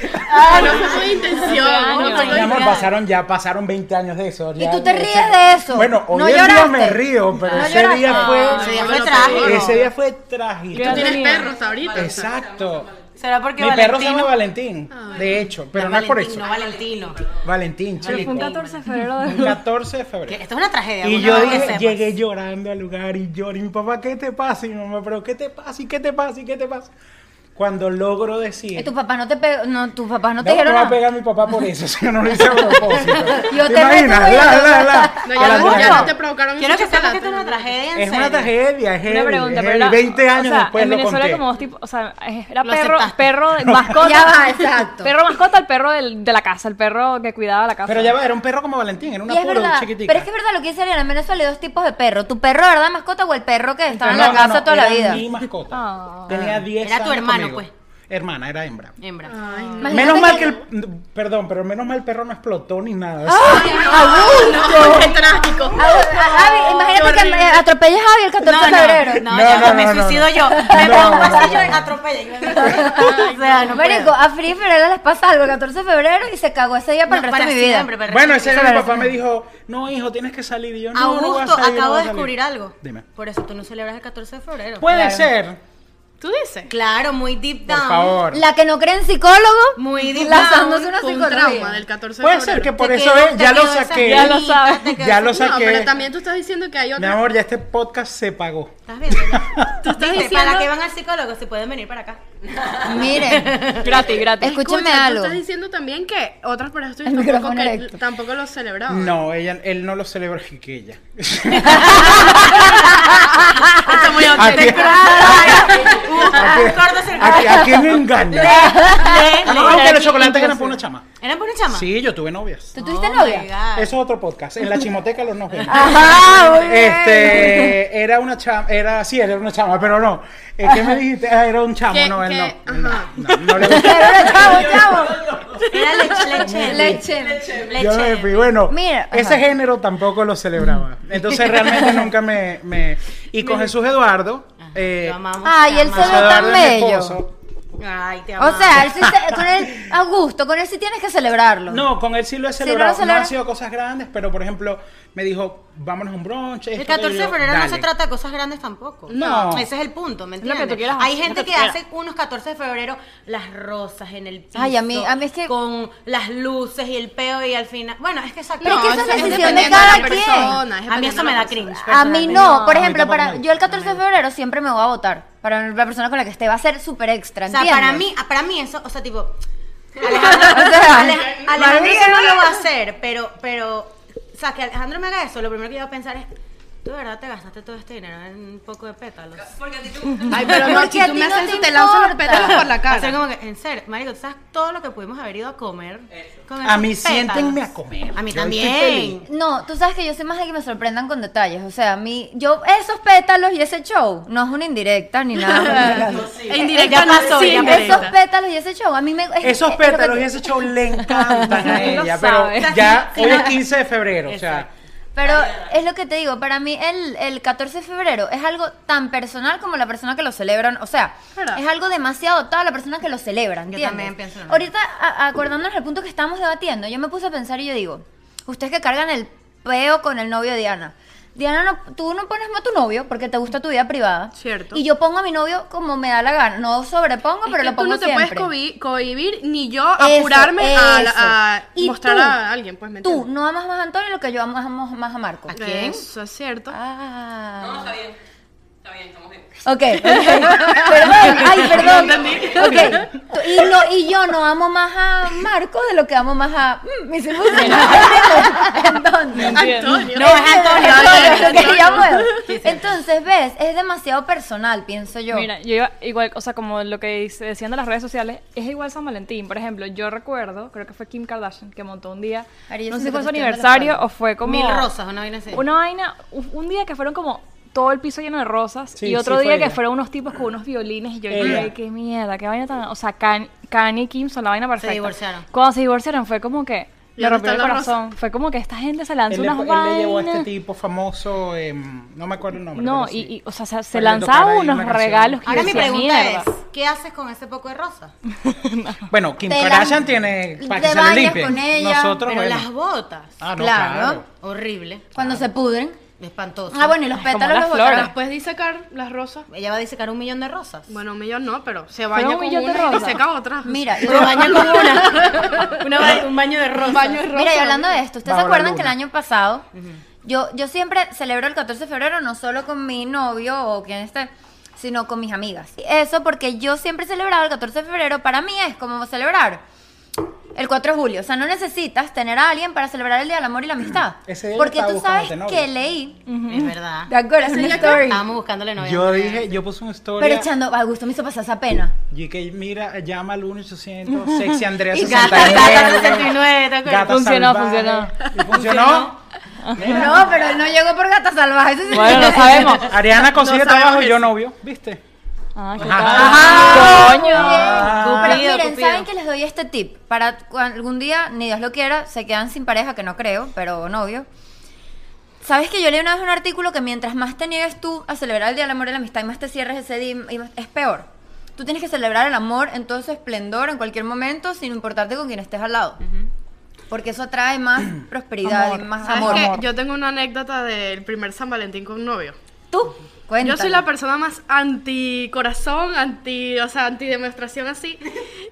S2: no fue con intención.
S5: años.
S2: no fue con-
S4: Mi amor,
S1: God.
S4: pasaron ya, pasaron 20 años de eso.
S3: Y
S4: ya-
S3: tú te
S4: ya-
S3: ríes de eso.
S4: Bueno, hoy
S3: No
S4: en día
S3: lloraste.
S4: me río, pero
S3: No
S4: ese día
S3: lloraste.
S4: fue...
S1: Ah, Ese día
S2: no
S1: fue
S2: me lo
S1: trágico.
S2: creo.
S4: Ese día fue trágico.
S5: Tú tienes
S2: Tienes
S5: Tenía.
S2: perros ahorita.
S4: Exacto.
S1: ¿Será porque
S4: Mi perro se llama
S1: Valentino?
S4: Valentín, de hecho, pero no es por eso.
S1: Valentino, Valentino.
S4: Valentín,
S5: Pero fue
S4: chico.
S5: un 14 de febrero
S4: Un
S5: de...
S4: 14 de
S1: Que
S4: febrero.
S1: Esto es una tragedia.
S4: Y
S1: una
S4: yo
S1: vez que
S4: dije-
S1: sepas.
S4: llegué llorando al lugar y lloré. Y mi papá, ¿qué te pasa? Y mi mamá, ¿pero qué te pasa? ¿Y qué te pasa? ¿Y qué te pasa? Cuando logro decir.
S3: Y tus papás no te pe- no, tus papás no te
S4: No, me
S3: dijeron
S4: va a
S3: nada.
S4: pegar mi papá por eso, si yo no lo hice a propósito.
S3: Yo
S4: ¿Te
S3: te
S4: imaginas?
S3: reto,
S4: La,
S2: No, ya,
S4: la, la. A la
S2: no, ya
S4: tragedia.
S2: no te provocaron
S1: Quiero
S2: ese
S1: que sepas que
S2: chocolate.
S1: esto es una tragedia. en
S4: Es una
S1: serio.
S4: tragedia, es heavy,
S5: Una pregunta,
S4: es
S5: pero
S4: heavy.
S5: era-
S4: 20 años
S5: o sea,
S4: después
S5: en
S4: lo
S5: Venezuela
S4: conté.
S5: como dos tipos, o sea, es- era
S1: Lo
S5: perro,
S1: aceptaste.
S5: perro, de- mascota.
S3: Ya va, exacto.
S5: Perro mascota, el perro del- de la casa, el perro que cuidaba la casa.
S4: Pero ya va, era un perro como Valentín, era
S3: Y
S4: una
S3: es
S4: puro,
S3: verdad,
S4: chiquitica.
S3: pero es que es verdad lo que dice Ariana, en Venezuela hay dos tipos de perro, tu perro de verdad mascota o el perro que estaba en
S4: No,
S3: la
S4: no,
S3: casa
S4: no,
S3: toda la
S4: era
S3: vida.
S4: mi mascota.
S5: Ah.
S4: Tenía 10
S1: Era tu
S4: años
S1: hermano,
S4: conmigo.
S1: pues.
S4: hermana, era hembra.
S1: Hembra.
S2: Ay, no.
S3: Imagínate
S4: Menos mal que
S3: que-
S4: el, perdón, pero menos mal el perro no explotó ni nada.
S2: no, ¡Qué trágico!
S3: A, a Javi, imagínate
S2: Qué
S3: que
S2: horrible.
S3: me atropelle a Javi el 14 de febrero.
S1: No,
S4: No,
S1: ya,
S4: no,
S1: me
S4: no, no,
S1: suicido
S4: no.
S1: yo. Me
S4: No,
S1: pongo un
S4: no, no,
S1: pasillo
S4: no.
S1: y atropella. y me meto. O sea, no
S3: Marico,
S1: puedo.
S3: a Free Ferrera les pasa algo el 14 de febrero y se cagó ese día para
S1: No,
S3: el resto de mi vida.
S1: siempre, para el
S4: Bueno,
S1: resto
S4: ese
S1: de mi
S4: día
S1: vida.
S4: mi papá me dijo, no hijo, tienes que salir. Y yo no, no voy a
S1: Augusto,
S4: salir,
S1: acabo
S4: no voy
S1: de
S4: a salir".
S1: descubrir algo.
S4: Dime.
S1: Por eso tú no celebras el 14 de febrero.
S4: Puede
S3: Claro.
S4: ser,
S2: ¿Tú dices?
S1: Claro, muy deep
S4: por
S1: down.
S4: favor.
S3: La que no cree en psicólogo,
S1: Muy deep down.
S3: lanzándose una
S2: Fue Ah, un trauma
S3: psicología.
S2: del 14 de
S4: Puede
S2: febrero.
S4: ser que por
S1: Te
S4: eso
S1: quedó-
S4: es,
S1: te
S4: ya lo
S1: quedó esa
S4: saqué.
S5: Ya lo
S1: espinita,
S5: sabes.
S1: te quedó
S4: Ya
S1: esa-
S4: lo
S2: No,
S4: saqué.
S2: pero también tú estás diciendo que hay
S4: Mi
S2: otra.
S4: amor, ya este podcast se pagó.
S1: ¿Estás viendo?
S2: Tú estás
S1: Viste,
S2: diciendo-
S1: Para que van al psicólogo, se pueden venir para acá.
S3: Miren,
S5: Gratis, gratis.
S3: escúchenme
S2: Escucha,
S3: algo.
S2: Tú estás diciendo también que otras parejas tuyas
S3: El
S2: tampoco,
S3: micrófono
S2: que-
S3: erecto.
S2: tampoco lo celebraban.
S4: No, ella, él no lo celebra Jiquilla.
S2: Está muy
S4: Aquí,
S2: auténtico.
S1: Un corto
S4: aquí,
S1: cercano.
S4: ¿A quién engaña? Ah, no, aunque los chocolates eran por una chama.
S1: ¿Eran por una chama?
S4: Sí, yo tuve novias.
S3: ¿Tú tuviste
S1: Oh my
S3: novia?
S1: God.
S4: Eso es otro podcast. En la chimoteca los nos vemos.
S3: Ajá, Ah, muy bien.
S4: Este, era una chama, era, sí, era una chama, pero no. Eh, ¿Qué me dijiste? Ah, era un chamo,
S2: ¿Qué-
S4: no, él
S2: qué?
S4: no. Él no,
S2: Ajá.
S4: no, no le gusta.
S3: Pero no, chavo, chavo.
S1: Era leche,
S3: Leche.
S4: Yo me fui. Bueno,
S3: Mira,
S4: ese
S3: ajá.
S4: género tampoco lo celebraba. Entonces realmente nunca me, me- Y con Jesús Eduardo, eh,
S1: Lo amamos.
S3: Ay,
S1: te
S3: él se
S4: Jesús
S1: amamos.
S3: ve tan
S4: Eduardo es mi
S3: bello.
S4: esposo.
S1: Ay, te
S3: O
S1: amamos.
S3: sea, él sí se- con él, Augusto, con él sí tienes que celebrarlo.
S4: No, con él sí lo he
S3: Sí, no lo
S4: celebrado. no
S3: celebra.
S4: han sido cosas grandes, pero por ejemplo, me dijo, vámonos a un brunch.
S1: El 14 de febrero no se trata de cosas grandes tampoco.
S4: No.
S1: Ese es el punto, ¿me
S5: Es lo que
S1: entiendes?
S5: tú quieras
S1: Hay
S5: hacer,
S1: gente
S5: lo que
S1: que,
S5: tú quieras.
S1: hace unos 14 de febrero las rosas en el piso.
S3: Ay, a mí- a mí es que-
S1: Con las luces y el peo y al final... Bueno, es que exacto.
S3: Pero es que
S1: No,
S3: esa
S1: eso-
S3: es decisión de
S2: dependiendo
S3: cada
S2: la
S3: quien.
S2: persona, es
S1: A mí eso
S2: dependiendo
S1: me
S2: la
S1: da
S2: persona.
S1: cringe.
S3: A mí no, por ejemplo,
S4: tampoco
S3: para
S4: me-
S3: yo el 14 de febrero siempre me voy a votar. Para la persona con la que esté va a ser súper extra.
S1: O sea,
S3: ¿entiendes?
S1: para mí, ah, para mí eso, o sea, tipo... Alejandro,
S3: O sea,
S1: Ale- Alejandro
S3: María.
S1: sí no lo va a hacer, pero, pero... O sea, que Alejandro me haga eso, lo primero que yo voy a pensar es... ¿Tú de verdad te gastaste todo este dinero en un poco de pétalos?
S2: Ay, pero no,
S3: Porque
S2: si
S3: a
S2: tú
S3: ti
S2: me
S3: no
S2: haces
S3: te
S2: eso, te lanzo los
S3: importa.
S2: pétalos por la
S1: Va a ser
S2: cara.
S1: como que, en serio, marico, ¿tú sabes todo lo que pudimos haber ido a comer? Con
S4: A
S1: esos
S4: mí
S1: pétalos.
S4: siéntenme a comer.
S1: A mí
S4: Yo estoy
S1: también.
S4: feliz.
S3: No, tú sabes que yo soy más de que me sorprendan con detalles. O sea, a mí, yo, esos pétalos y ese show, no es una indirecta ni nada.
S2: E indirecta
S1: Ya
S2: no
S1: pasó,
S2: sí,
S1: ya
S2: indirecta.
S3: esos pétalos y ese show, a mí me. es-
S4: Esos
S3: es lo que
S4: pétalos
S3: te-
S4: y ese show le encantan a
S5: Lo
S4: ella, pero
S5: sabe.
S4: ya
S1: Sí,
S4: hoy
S1: no.
S4: es 15 de febrero, o sea,
S1: Exacto.
S3: Pero es lo que te digo, para mí el, el 14 de febrero es algo tan personal como la persona que lo celebran. O sea,
S2: ¿Verdad?
S3: es algo demasiado toda la persona que lo celebra, ¿entiendes?
S1: también pienso lo mismo.
S3: Ahorita, a- acordándonos del punto que estábamos debatiendo, yo me puse a pensar y yo digo, ustedes que cargan el peo con el novio de Diana. Diana, no, tú no pones a tu novio porque te gusta tu vida privada.
S2: Cierto.
S3: Y yo pongo a mi novio como me da la gana. No sobrepongo,
S2: Es
S3: pero
S2: que
S3: lo
S2: tú
S3: pongo
S2: no te
S3: siempre.
S2: puedes cohi- cohibir ni yo
S3: Eso,
S2: apurarme a, la- a
S3: eso. Y
S2: mostrar
S3: tú,
S2: a alguien, pues ¿me
S3: Tú
S2: entiendes?
S3: no amas más a Antonio lo que yo amo, amo más a Marco.
S1: ¿Quién?
S2: Eso es cierto.
S3: Ah.
S6: bien. Está bien, estamos bien.
S3: Ok, ok. perdón, ay, perdón.
S2: No entendí.
S3: Ok, tú- y, no, y yo no amo más a Marco de lo que amo más a mm, mis hermanos. Entonces,
S2: Antonio.
S1: No, es Antonio.
S3: Antonio,
S2: Antonio.
S3: ok, ya puedo. Entonces, ves, es demasiado personal, pienso yo.
S5: Mira, yo iba- igual, o sea, como lo que dice- decían de las redes sociales, es igual San Valentín. Por ejemplo, yo recuerdo, creo que fue Kim Kardashian que montó un día,
S3: Ari, yo
S5: no
S3: siento
S5: sé si
S3: que
S5: fue su
S3: te estoy dando la
S5: aniversario
S3: espalda.
S5: o fue como...
S1: Mil rosas, una vaina así.
S5: Una vaina, un un día que fueron como todo el piso lleno de rosas
S4: Sí,
S5: y otro
S4: sí, fue
S5: día que
S4: ella.
S5: fueron unos tipos con unos violines y yo
S4: Ella.
S5: dije, "Ay, qué mierda, qué vaina tan... O sea, Kan- Kanye y Kim son la vaina perfecta.
S1: divorciaron.
S5: Cuando se divorciaron fue como que...
S2: Y
S5: Me
S2: ahora
S5: rompió el
S2: están las
S5: corazón. Fue como que esta gente se lanza
S4: él le,
S5: unas
S4: él
S5: vainas.
S4: le llevó a este tipo famoso, em, no me acuerdo el nombre.
S5: No,
S4: pero
S5: y,
S4: sí.
S5: y, o sea, se,
S4: Para
S5: se
S4: que
S5: lanzaba
S4: tocara ahí
S5: unos
S4: una canción.
S5: regalos que
S1: Ahora
S5: yo
S1: mi
S5: decía,
S1: pregunta
S5: "Mierda".
S1: es, ¿qué haces con ese poco de rosas?
S4: Bueno, Kim
S3: Te la-
S4: Kardashian tiene para que
S3: te
S4: se le
S3: bañas
S4: limpie.
S3: con ella,
S4: Nosotros,
S1: Pero
S4: bueno.
S1: las botas.
S4: Ah, no,
S3: Claro.
S4: claro.
S1: Horrible.
S3: Cuando se pudren.
S1: Espantoso.
S3: Ah, bueno, y los
S5: Ay, como
S3: pétalos
S5: las
S3: los
S5: flores.
S3: botaron.
S2: Después de sacar las rosas.
S1: Ella va a disecar un millón de rosas.
S2: Bueno, un millón no, pero se baña
S5: un
S2: con
S5: millón de
S2: una y
S5: rosas.
S2: seca otra.
S3: Mira, y-
S1: Se baña con una. Una ba- un baño de rosas.
S2: un baño de rosas.
S3: Mira, y hablando de esto, ¿ustedes
S4: Bajo la
S3: se acuerdan que el
S4: luna.
S3: año pasado yo, yo siempre celebro el 14 de febrero no solo con mi novio o quien esté, sino con mis amigas? Eso porque yo siempre he celebrado el 14 de febrero, para mí es como celebrar el 4 de julio. O sea, no necesitas tener a alguien para celebrar el Día del Amor y la Amistad.
S4: Ese día yo
S3: porque
S4: estaba
S3: tú sabes
S4: buscándote novio.
S3: que leí,
S1: Es verdad.
S3: ¿te acuerdas? Una story.
S1: Estábamos buscándole novia.
S4: Yo dije, yo puse una historia.
S3: Pero echando, a gusto me hizo pasar esa pena.
S4: Y que mira, llama al 1800, sexy Andrea
S1: Y gata,
S4: 69.
S1: gata 69, ¿te acuerdas?
S4: Gata
S5: Funcionó,
S4: salvaje.
S5: funcionó.
S4: ¿Y funcionó? Mira,
S3: No, pero él no llegó por gata salvaje. eso sí.
S5: Bueno, lo sabemos.
S4: Ariana consigue
S2: No sabemos
S4: trabajo y yo
S2: eso.
S4: novio, ¿viste?
S5: Ah, qué
S4: Ajá.
S5: tal. Coño.
S4: Ah.
S3: Pero
S1: Cupido,
S3: miren,
S1: Cupido.
S3: saben que les doy este tip para cu- algún día, ni Dios lo quiera, se quedan sin pareja, que no creo, pero novio. Sabes que yo leí una vez un artículo que mientras más te niegues tú a celebrar el Día del Amor y la Amistad y más te cierres ese día, y más- es peor. Tú tienes que celebrar el amor en todo su esplendor, en cualquier momento, sin importarte con quién estés al lado. Porque eso atrae más prosperidad y más
S2: ¿Sabes
S3: amor.
S2: qué?
S3: Amor.
S2: Yo tengo una anécdota del primer San Valentín con un novio.
S3: Tú, cuéntame.
S2: Yo soy la persona más anti corazón, anti, o sea, anti demostración así.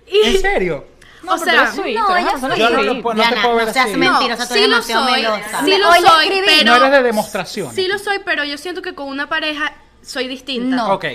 S2: Y,
S4: ¿En serio?
S2: o sea,
S5: Sí,
S3: No,
S5: tú eres
S3: ella
S5: una persona
S3: sí.
S4: Yo no,
S5: que
S4: lo
S5: sí.
S4: puedo- pues no te
S1: Diana,
S4: puedo ver
S1: no seas
S4: así.
S1: men- Mentira, o sea, tú eres
S2: sí lo
S1: demasiado
S2: soy,
S1: melosa.
S2: Sí lo
S3: Hoy le
S2: soy,
S3: escribí.
S2: pero
S4: No eres de demostraciones.
S2: Sí lo soy, pero yo siento que con una pareja soy distinta.
S3: No.
S4: Ok.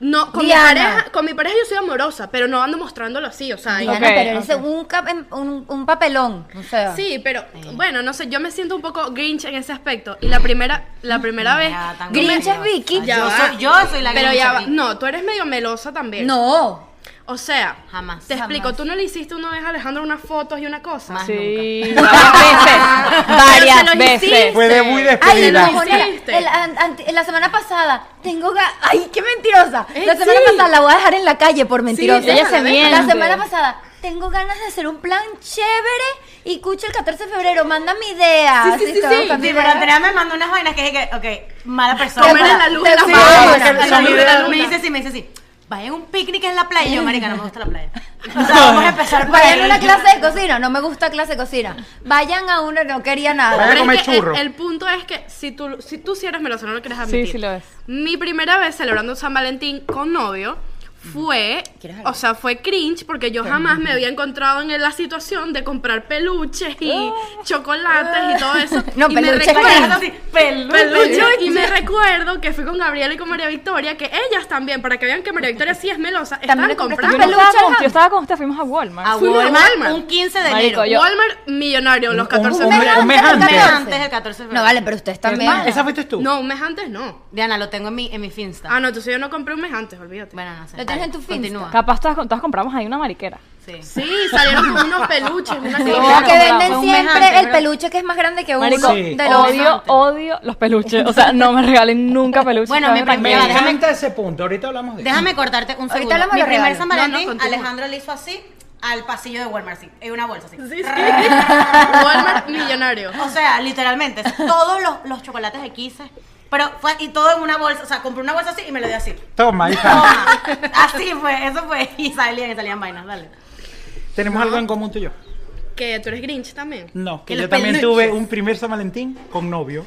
S2: No, con
S3: Diana.
S2: mi pareja, con mi pareja yo soy amorosa, pero no ando mostrándolo así, o sea,
S3: Diana,
S5: Ok,
S3: pero eres un, cap- un- un papelón. O sea.
S2: Sí, pero bueno, no sé, yo me siento un poco grinch en ese aspecto. Y la primera, la primera vez.
S1: Ya, tan
S3: Grinch
S1: graciosa.
S3: es Vicky.
S2: Ya
S1: yo,
S2: va.
S1: soy, yo soy la
S2: Pero
S1: Grinch
S2: ya va.
S1: aquí.
S2: No, tú eres medio melosa también.
S3: No.
S2: O sea,
S1: Jamás,
S2: Te explico,
S3: jamás.
S2: tú no le hiciste una vez a Alejandro unas fotos y una cosa.
S1: Más
S5: Sí. Varias
S4: Ah,
S5: veces.
S2: Pero se los
S5: veces.
S2: hiciste.
S4: Fue de muy
S3: Ay,
S4: despedida.
S3: no,
S2: Lo
S3: Mónica,
S2: hiciste.
S3: el an- ante- la semana pasada tengo ga- Ay, qué mentirosa.
S2: Eh,
S3: la semana
S2: sí.
S3: pasada la voy a dejar en la calle por mentirosa.
S5: ella se miente.
S3: La semana pasada tengo ganas de hacer un plan chévere y cucho el 14 de febrero, manda mi idea.
S2: Sí, sí, sí,
S3: todo
S2: sí.
S1: Sí,
S3: con mi
S1: pero
S3: idea.
S1: Andrea me mandó unas vainas que dije que, ok, mala persona.
S2: Comer en la luz de la
S3: Sí,
S2: mano.
S4: porque
S2: en la
S4: son
S2: luz de la
S4: ideas-
S2: luna.
S1: Me dice así, me dice así. Vayan a un picnic en la playa. Y yo, marica, no me gusta la playa. O sea, vamos a empezar por
S3: Vayan a
S1: ahí.
S3: una clase de cocina, no me gusta clase de cocina. Vayan a una, no quería
S4: Vayan
S3: nada.
S4: a
S2: Pero es
S4: comer
S2: que el-
S4: churro.
S2: El, punto es que si tú, si tú sí eres melosano, no lo quieres
S5: Sí,
S2: admitir.
S5: sí lo es.
S2: Mi primera vez celebrando San Valentín con novio fue,
S3: ¿Quieres algo?
S2: o sea, fue cringe porque yo jamás me había encontrado en la situación de comprar peluches y chocolates y todo eso.
S3: No,
S2: y me
S3: peluches
S2: recuerdo,
S1: Así, pelu-
S2: peluche, y me recuerdo que fui con Gabriela y con María Victoria, que ellas también, para que vean que María Victoria sí es melosa,
S3: También
S2: estaban
S3: le compraste
S5: Yo,
S2: comprando.
S5: no
S3: Peluche,
S5: estaba con-
S3: Alejandro.
S5: yo estaba con usted, fuimos a Walmart.
S1: A
S2: Fuimos a
S1: Walmart
S2: Walmart.
S1: un 15 de
S5: Marico,
S1: enero.
S5: yo-
S2: Walmart millonario los 14
S4: un
S2: de
S4: mes-
S2: febrero.
S4: un mes
S3: del
S4: antes.
S3: 14.
S1: Antes del 14 de febrero.
S3: No vale, pero ustedes también.
S4: ¿Esa fuiste tú?
S2: No, un mes antes no.
S1: Diana, lo tengo en mi, en mi Finsta.
S2: Ah, no, entonces yo no compré un mes antes, olvídate.
S1: Bueno, no sé.
S3: Lo tienes en tu
S1: Dale, Continúa.
S5: Capaz todas, todas compramos ahí una mariquera.
S1: Sí.
S2: Sí, salieron con unos peluches, una
S1: Sí,
S2: cosa.
S3: Como
S1: claro,
S3: que
S1: claro, fue
S3: venden
S1: un mes
S3: siempre
S1: antes,
S3: el
S1: ¿verdad?
S3: peluche que es más grande que uno
S5: Marico,
S4: Sí.
S3: de los
S5: odio, odio los peluches. O sea, no me regalen nunca peluches.
S1: Bueno,
S5: ¿saben?
S1: me parece-
S4: Me
S1: Ya, déjame-
S4: encanta ese punto. Ahorita hablamos de eso.
S1: Déjame cortarte un segundo.
S3: hablamos
S1: Mi
S3: de
S1: primer
S3: regalos.
S1: San
S2: No, no,
S1: Valentín,
S2: continúa.
S1: Alejandro le hizo así al pasillo de Walmart, así. En una bolsa, así.
S2: Sí, sí. Walmart millonario.
S1: O sea, literalmente, todos los, los chocolates de Kisses. Pero fue, y todo en una bolsa, o sea, compré una bolsa así y me lo dio así.
S4: Toma, hija.
S1: Toma. Así fue, eso fue. Y salían, y salían vainas, dale.
S4: ¿Tenemos algo en común tú y yo?
S2: Que tú eres Grinch también.
S4: No,
S1: Que
S4: que yo
S1: los
S4: también
S1: peluches.
S4: tuve un primer San Valentín con novio.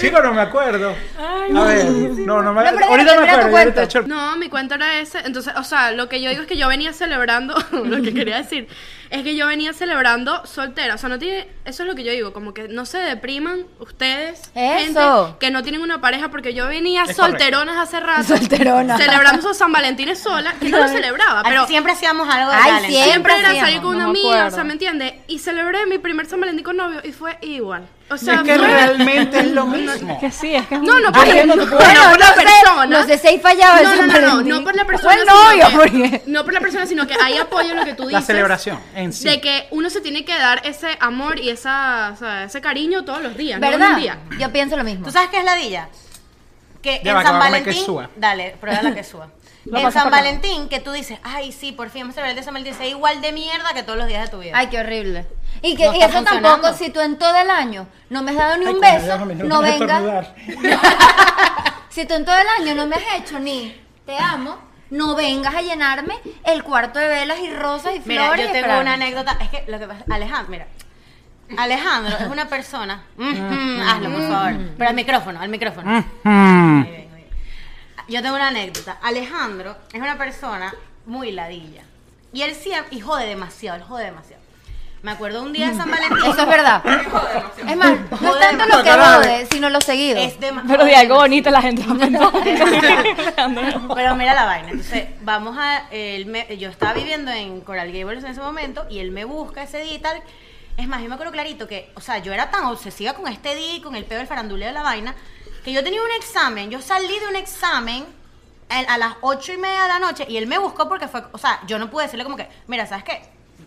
S4: Chico, no me acuerdo. a ver, no, no me
S3: No, pero
S4: Ahorita
S3: termina
S4: me
S3: tu
S4: acuerdo. yo ahorita
S3: cuento.
S4: echo-
S2: No, mi cuento era ese. Entonces, o sea, lo que yo digo es que yo venía celebrando, lo que quería decir, es que yo venía celebrando soltera. O sea, no tiene, eso es lo que yo digo, como que no se depriman ustedes,
S3: Eso.
S2: gente que no tienen una pareja, porque yo venía
S4: Es
S2: solteronas hace rato.
S3: Solterona.
S2: Celebramos a San Valentín sola, que no lo celebraba, pero
S1: siempre hacíamos algo de
S3: Ah, Ay,
S1: Valentine's.
S3: siempre.
S2: siempre era salir
S3: hacíamos,
S2: con una
S5: no me
S2: amiga, o
S5: acuerdo.
S2: sea, ¿me entiendes? Y celebré mi primer San Valentín con novio y fue igual. O sea,
S4: Es que
S2: fue-
S4: realmente es lo mismo.
S5: Que sí, es que es
S2: No,
S5: un-
S2: no, porque
S4: que
S2: no,
S4: no
S2: no
S4: te
S2: por
S4: puedo-
S2: la
S3: Bueno, no sé,
S2: persona.
S3: no sé si hay fallado el
S2: No, no,
S3: San
S2: no, no,
S3: Valentín.
S2: no por la
S3: Fue
S2: persona.
S3: el
S2: sino
S3: novio,
S2: que-
S3: porque-
S2: No por la persona, sino que ahí apoyo lo que tú
S4: La
S2: dices.
S4: celebración en sí.
S2: De que uno se tiene que dar ese amor y esa, o sea, ese cariño todos los días. ¿no? en
S3: ¿Verdad?
S2: un día.
S3: Yo pienso lo mismo.
S1: ¿Tú sabes qué es la dilla? Que
S4: Ya
S1: en
S4: va, que
S1: San
S4: va a comer
S1: Valentín.
S4: quesúa.
S1: Dale, prueba la que suba.
S5: Lo
S1: en
S5: pasas
S1: San
S5: por acá.
S1: Valentín, que tú dices, ay, sí, por fin vamos a celebrar el día de San Valentín. Es igual de mierda que todos los días de tu vida.
S3: Ay, qué horrible. Y, que,
S1: No
S3: y
S1: está
S3: eso
S1: funcionando.
S3: tampoco, si tú en todo el año no me has dado ni
S4: Ay,
S3: un
S4: coño,
S3: beso,
S4: déjame,
S3: no
S4: me
S3: vengas.
S4: estornudar.
S3: Si tú en todo el año no me has hecho ni te amo, no vengas a llenarme el cuarto de velas y rosas y flores.
S1: Mira,
S3: y
S1: yo tengo
S3: esperarme.
S1: una anécdota. Es que lo que pasa, Alejandro, mira. Alejandro es una persona. Mm, mm, hazlo, por favor. Pero al micrófono, al micrófono.
S4: Mm.
S1: Muy bien, muy bien. Yo tengo una anécdota. Alejandro es una persona muy ladilla. Y él siempre. Y jode demasiado, él jode demasiado. Me acuerdo un día de San Valentín.
S3: Eso es verdad. Es más, no es
S1: Joder,
S3: tanto lo que
S4: demasiado.
S3: jode, sino lo seguido.
S1: Es dema-
S5: Pero de
S1: jode
S5: algo
S1: demasiado.
S5: bonito la gente va a pensar.
S1: Pero mira la vaina. Entonces, vamos a. él me- yo estaba viviendo en Coral Gables en ese momento y él me busca ese día y tal. Es más, yo me acuerdo clarito que, o sea, yo era tan obsesiva con este día y con el pedo del faranduleo de la vaina, que yo tenía un examen. Yo salí de un examen a, a las ocho y media de la noche y él me buscó porque fue. O sea, yo no pude decirle como que, mira, ¿sabes qué?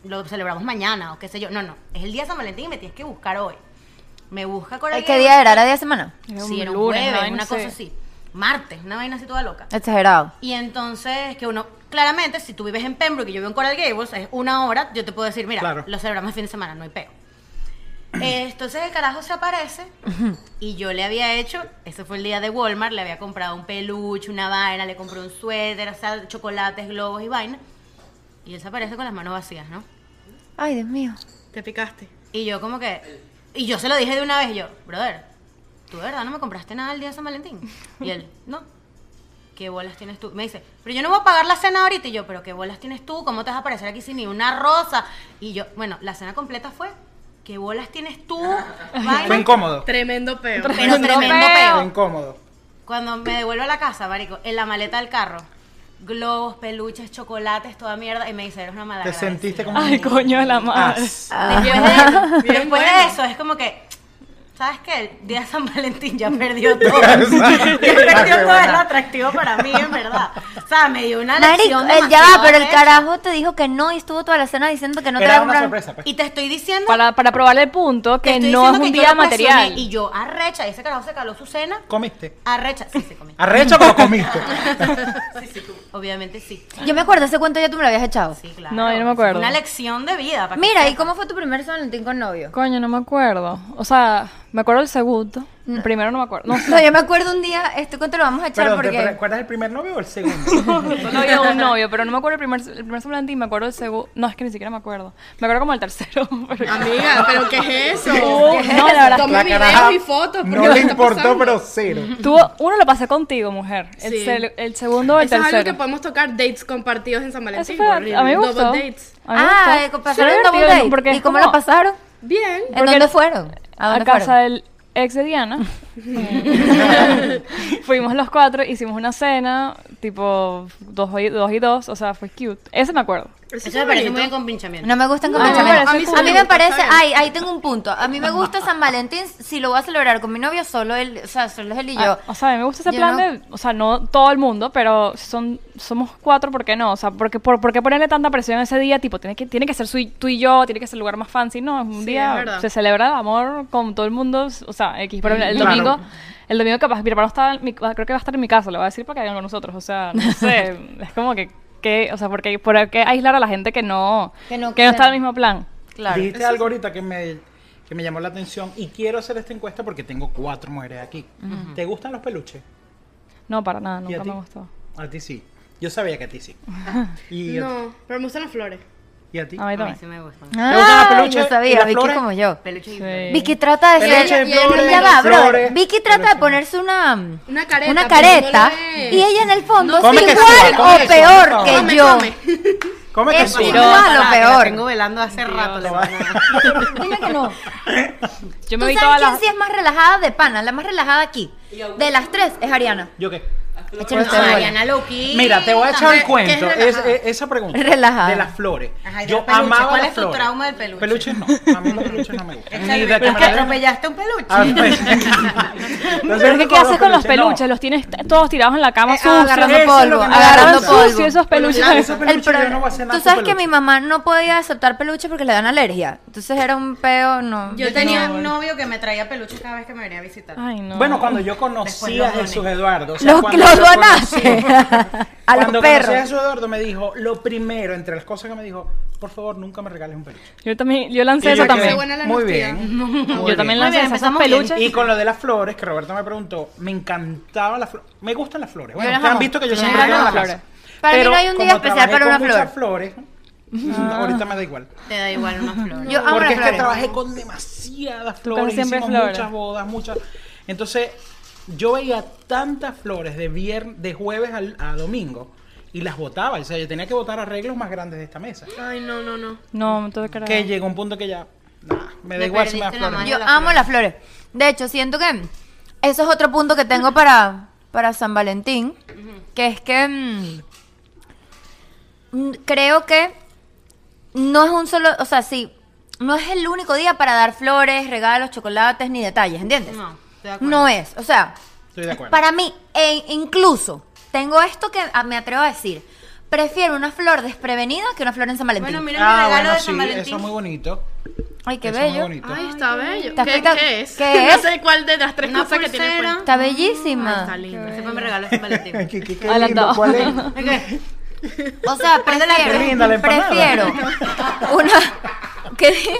S1: Lo celebramos mañana o qué sé yo. No, no. Es el día de San Valentín y me tienes que buscar hoy. me busca con
S3: ¿Qué día era? ¿Era día de semana?
S1: Sí, era un
S5: lunes,
S1: jueves,
S5: vaina,
S1: una
S5: sí.
S1: cosa así. Martes, una vaina así toda loca.
S3: Exagerado.
S1: Y entonces, que uno, claramente, si tú vives en Pembroke y yo vivo en Coral Gables, es una hora, yo te puedo decir, mira,
S4: Claro.
S1: lo celebramos el fin de semana, no hay peo. Eh, Entonces el carajo se aparece y yo le había hecho, ese fue el día de Walmart, le había comprado un peluche, una vaina, le compré un suéter, o sea, chocolates, globos y vaina. Y él se aparece con las manos vacías, ¿no?
S3: Ay, Dios mío.
S2: Te picaste.
S1: Y yo como que... Y yo se lo dije de una vez, y yo, brother, ¿tú de verdad no me compraste nada el día de San Valentín? Y él, no. ¿Qué bolas tienes tú? Me dice, pero yo no voy a pagar la cena ahorita. Y yo, pero ¿qué bolas tienes tú? ¿Cómo te vas a aparecer aquí sin ni una rosa? Y yo, bueno, la cena completa fue, ¿qué bolas tienes tú? Vaina.
S4: Fue incómodo.
S2: Tremendo peo.
S1: Pero tremendo
S5: feo.
S4: Fue
S1: peo.
S4: incómodo.
S1: Cuando me devuelvo a la casa, marico, en la maleta del carro, globos, peluches, chocolates, toda mierda. Y me dice, eres una mala
S4: Te sentiste como.
S5: Ay, coño de la madre.
S4: As.
S1: Después de,
S2: Bien
S1: después de
S2: bueno.
S1: eso, es como que, ¿sabes qué? El día de San Valentín ya perdió todo. ya
S4: Exacto.
S1: perdió todo el
S4: buena.
S1: atractivo para mí, en verdad. O sea, me dio una
S3: Marico,
S1: lección
S3: el, ya va,
S1: demasiado ¿eh?
S3: pero el
S1: arrecha.
S3: carajo te dijo que no y estuvo toda la cena diciendo que no te
S4: Era
S3: va a
S4: una
S3: comprar.
S4: sorpresa, pues.
S1: Y te estoy diciendo
S5: Para, para probarle el punto
S1: te
S5: que
S1: estoy
S5: no es
S1: diciendo
S5: un
S1: que yo
S5: día
S1: lo presioné
S5: material.
S1: Y yo, arrecha, y ese carajo se caló su cena,
S4: Comiste.
S1: arrecha. Sí, se comió.
S4: Arrecho, pero comiste.
S1: Obviamente sí.
S3: Yo me acuerdo, ese cuento ya tú me lo habías echado.
S1: Sí, claro.
S5: No, yo no me acuerdo.
S1: Una lección de vida. para que
S3: Mira, ¿y
S1: sepas.
S3: cómo fue tu primer San Valentín con novio?
S5: Coño, no me acuerdo. O sea, me acuerdo el segundo.
S1: Mm.
S5: El primero no me acuerdo. No,
S3: No, yo me acuerdo un día, este cuento lo vamos a echar
S4: Perdón, ¿te
S3: porque...
S4: recuerdas el primer novio o el segundo?
S5: no había un novio, pero no me acuerdo el primer, el primer San Valentín, me acuerdo el segundo. No, es que ni siquiera me acuerdo. Me acuerdo como el tercero. pero-
S2: Amiga, ¿pero qué es eso?
S5: No, no, la verdad.
S2: Toma
S4: La caraja
S2: videos y fotos. porque
S4: No
S2: ¿qué
S4: le
S2: está
S4: importó,
S2: pasando?
S4: pero cero.
S5: Tú, uno lo pasé contigo, mujer. El,
S2: Sí.
S5: cel- el segundo o el
S2: Eso es algo que
S5: tercero.
S2: podemos tocar, dates compartidos en San
S5: Eso
S2: Valentín.
S5: fue, a
S2: horrible.
S5: mí me gustó.
S2: Double dates.
S5: A mí me
S3: Ah,
S5: gustó.
S3: eh, pasaron
S5: Sí,
S3: un double
S5: divertido,
S3: date.
S5: porque
S3: ¿Y
S5: es
S3: cómo
S5: como
S3: lo pasaron?
S2: Bien.
S3: ¿En dónde fueron? ¿A
S5: A
S3: dónde
S5: casa
S3: fueron?
S5: del ex de Diana. Fuimos los cuatro, hicimos una cena, tipo dos y dos, y dos o sea, fue cute. Ese me acuerdo.
S2: Eso
S1: Eso
S2: fue
S1: me parece
S2: bonito.
S1: muy bien con pinchamiento.
S3: No me gustan con
S5: No, me
S3: pinchamiento.
S5: parece
S3: A mí
S2: cool.
S3: me parece,
S2: Está bien.
S3: ay, ahí tengo un punto. A mí me gusta San Valentín si lo voy a celebrar con mi novio solo él, o sea, solo es él y yo.
S5: Ah, o sea, a mí me gusta ese
S3: yo
S5: plan
S3: no-
S5: de, o sea, no todo el mundo, pero son somos cuatro, ¿por qué no? O sea, ¿por qué, por, por qué ponerle tanta presión ese día? Tipo, tiene que, tiene que ser su y- tú y yo, tiene que ser el lugar más fancy, no, es un
S2: Sí, es
S5: día,
S2: verdad.
S5: se celebra el amor con todo el mundo, o sea, X, pero el
S4: Claro.
S5: domingo, el domingo capaz, mi hermano está, en mi- creo que va a estar en mi casa, le voy a decir para que vengan con nosotros, o sea, no sé, es como que, que o sea, porque, ¿por qué aislar a la gente que no,
S3: Que
S5: que
S3: no
S5: no, está
S3: quiera.
S5: en el mismo plan?
S4: Dijiste algo ahorita que me, que me llamó la atención y quiero hacer esta encuesta porque tengo cuatro mujeres aquí. ¿Te gustan los peluches?
S5: No, para nada,
S4: ¿Y a
S5: nunca
S4: ti?
S5: me gustó.
S4: A ti sí. Yo sabía que a ti sí. ¿Y, a-
S2: No, pero me gustan las flores.
S4: y a ti?
S5: A mí
S1: A mí
S5: también.
S1: sí me gustan.
S3: Ah,
S4: gustan los peluches
S3: Yo
S4: y
S3: sabía,
S4: las
S3: Vicky
S4: flores?
S3: como yo.
S1: Peluche y
S5: Sí.
S3: Vicky trata de ser.
S4: Peluche de
S3: y- y-
S4: flores,
S3: ya va, bro.
S4: flores.
S3: Vicky trata de
S4: Peluche.
S3: ponerse una.
S2: Una careta,
S3: una
S2: pero
S3: careta,
S2: no le-
S3: y ella en el fondo
S4: Come
S3: es
S4: que
S3: igual
S4: suba, come
S3: o
S4: que
S3: peor
S4: suba,
S3: que
S2: Come,
S3: yo.
S2: come.
S4: ¿Cómo que
S3: Es
S4: suba?
S3: tirón. No, lo
S1: Pará, que
S3: peor.
S1: la Tengo velando hace rato. la verdad.
S3: Dime que no.
S5: Yo
S3: ¿Tú
S5: me vi
S3: sabes
S5: todas
S3: quién
S5: las...
S3: sí es más relajada de pana? La más relajada aquí. De las tres es Ariana.
S4: ¿Yo qué?
S3: Échale
S1: No,
S3: usted bola.
S1: Mariana Loquita.
S4: Mira, te voy a echar un
S2: ¿Qué-
S4: cuento.
S2: qué es
S4: Es- es- esa pregunta.
S3: Relajada.
S4: De las flores.
S1: Ajá, y de
S4: Yo
S1: los peluches.
S4: amaba
S1: ¿Cuál
S4: las
S1: es tu
S4: flores.
S1: trauma del peluche?
S4: Peluches no. A mí los peluches no me gustan. Ni de
S1: Pero es que
S4: cámara.
S1: atropellaste un peluche.
S4: A ver, pues.
S5: ¿Pero qué, qué haces con los peluches?
S4: No.
S5: Los tienes t- todos tirados en la cama,
S3: Eh,
S4: ah,
S5: sucios.
S3: agarrando
S5: Eso es
S3: polvo,
S5: lo que me
S3: agarrando
S5: agarran sucio,
S3: polvo.
S5: esos peluches.
S4: Esos
S3: El
S4: peluches, yo
S3: pro-
S4: no voy a hacer nada
S3: Tú
S4: con
S3: sabes que mi
S4: peluches.
S3: mamá no podía aceptar peluche porque le dan alergia. Entonces era un peo, no.
S1: Yo tenía un novio que me traía peluches cada vez que me venía a visitar.
S5: Ay, no.
S4: Bueno, cuando yo
S1: Después
S4: conocí
S1: los
S4: a
S1: doné.
S4: Jesús Eduardo. o sea,
S3: los
S4: cuando
S3: los
S4: lo conocí-
S3: donaste a los
S4: cuando conocí a
S3: perros.
S4: Jesús Eduardo me dijo, lo primero, entre las cosas que me dijo, por favor, nunca me regales un peluche.
S5: yo también, yo
S4: Y
S5: lancé
S4: yo
S5: eso
S4: quedé,
S5: también.
S2: buena la
S4: Muy
S2: honestidad.
S4: bien. muy
S5: Yo
S4: bien".
S5: también
S1: Muy
S5: lancé
S1: bien,
S5: esos
S1: empezamos bien.
S5: peluches.
S4: Y con lo de las flores, que Roberto me preguntó, me encantaba las flores. Me gustan las flores. Bueno,
S3: las
S4: ustedes han
S3: amo.
S4: visto que yo
S5: Me
S4: siempre tengo
S5: encantan
S4: las
S5: las
S4: flores.
S3: Para mí no hay un día especial para una
S4: flores, ahorita me da igual.
S1: Te da igual una flor.
S3: Yo amo
S4: Porque
S3: las
S4: es que
S3: flores.
S4: trabajé con demasiadas flores,
S5: siempre
S4: hicimos
S5: flores.
S4: muchas bodas, muchas. Entonces, yo veía tantas flores de vier- de jueves al- a domingo y las botaba. O sea, yo tenía que botar arreglos más grandes de esta mesa.
S2: Ay, no, no, no.
S5: No, me tuve que
S4: Que
S5: agarrar.
S4: llegó un punto que ya, nah, me da
S1: Le
S4: igual si me da
S1: perdiste la mano.
S4: flores.
S3: Yo
S1: las
S3: amo
S1: flores.
S3: las flores. De hecho, siento que eso es otro punto que tengo para, para San Valentín, que es que mm, mm, creo que no es un solo, o sea, sí, no es el único día para dar flores, regalos, chocolates ni detalles, ¿entiendes?
S1: No, estoy de acuerdo.
S3: No es, o sea,
S4: Estoy de acuerdo.
S3: para mí, e incluso, tengo esto que ah, me atrevo a decir, prefiero una flor desprevenida que una flor en San Valentín.
S1: Bueno, mira mi
S4: ah,
S1: regalo
S4: bueno,
S1: de
S4: sí,
S1: San Valentín.
S4: eso es muy bonito.
S3: Ay, qué
S4: Eso es muy
S3: bello.
S4: bonito.
S2: Ay, está bello.
S3: Está
S2: ¿Qué,
S3: espectac-
S2: qué es?
S3: ¿Qué es? Ah,
S2: No sé cuál de las tres
S1: Una
S2: cosas que tiene.
S1: pulsera.
S2: puesta.
S3: Está
S2: Ay,
S3: bellísima.
S2: está lindo.
S1: Ese fue mi regalo de San
S3: Ah,
S1: Valentín.
S4: Qué- qué- qué
S5: Adelantado.
S4: lindo, ¿cuál es?
S1: Ok.
S3: O sea,
S4: Qué linda la
S3: prefiero,
S4: empanada.
S3: prefiero una, que-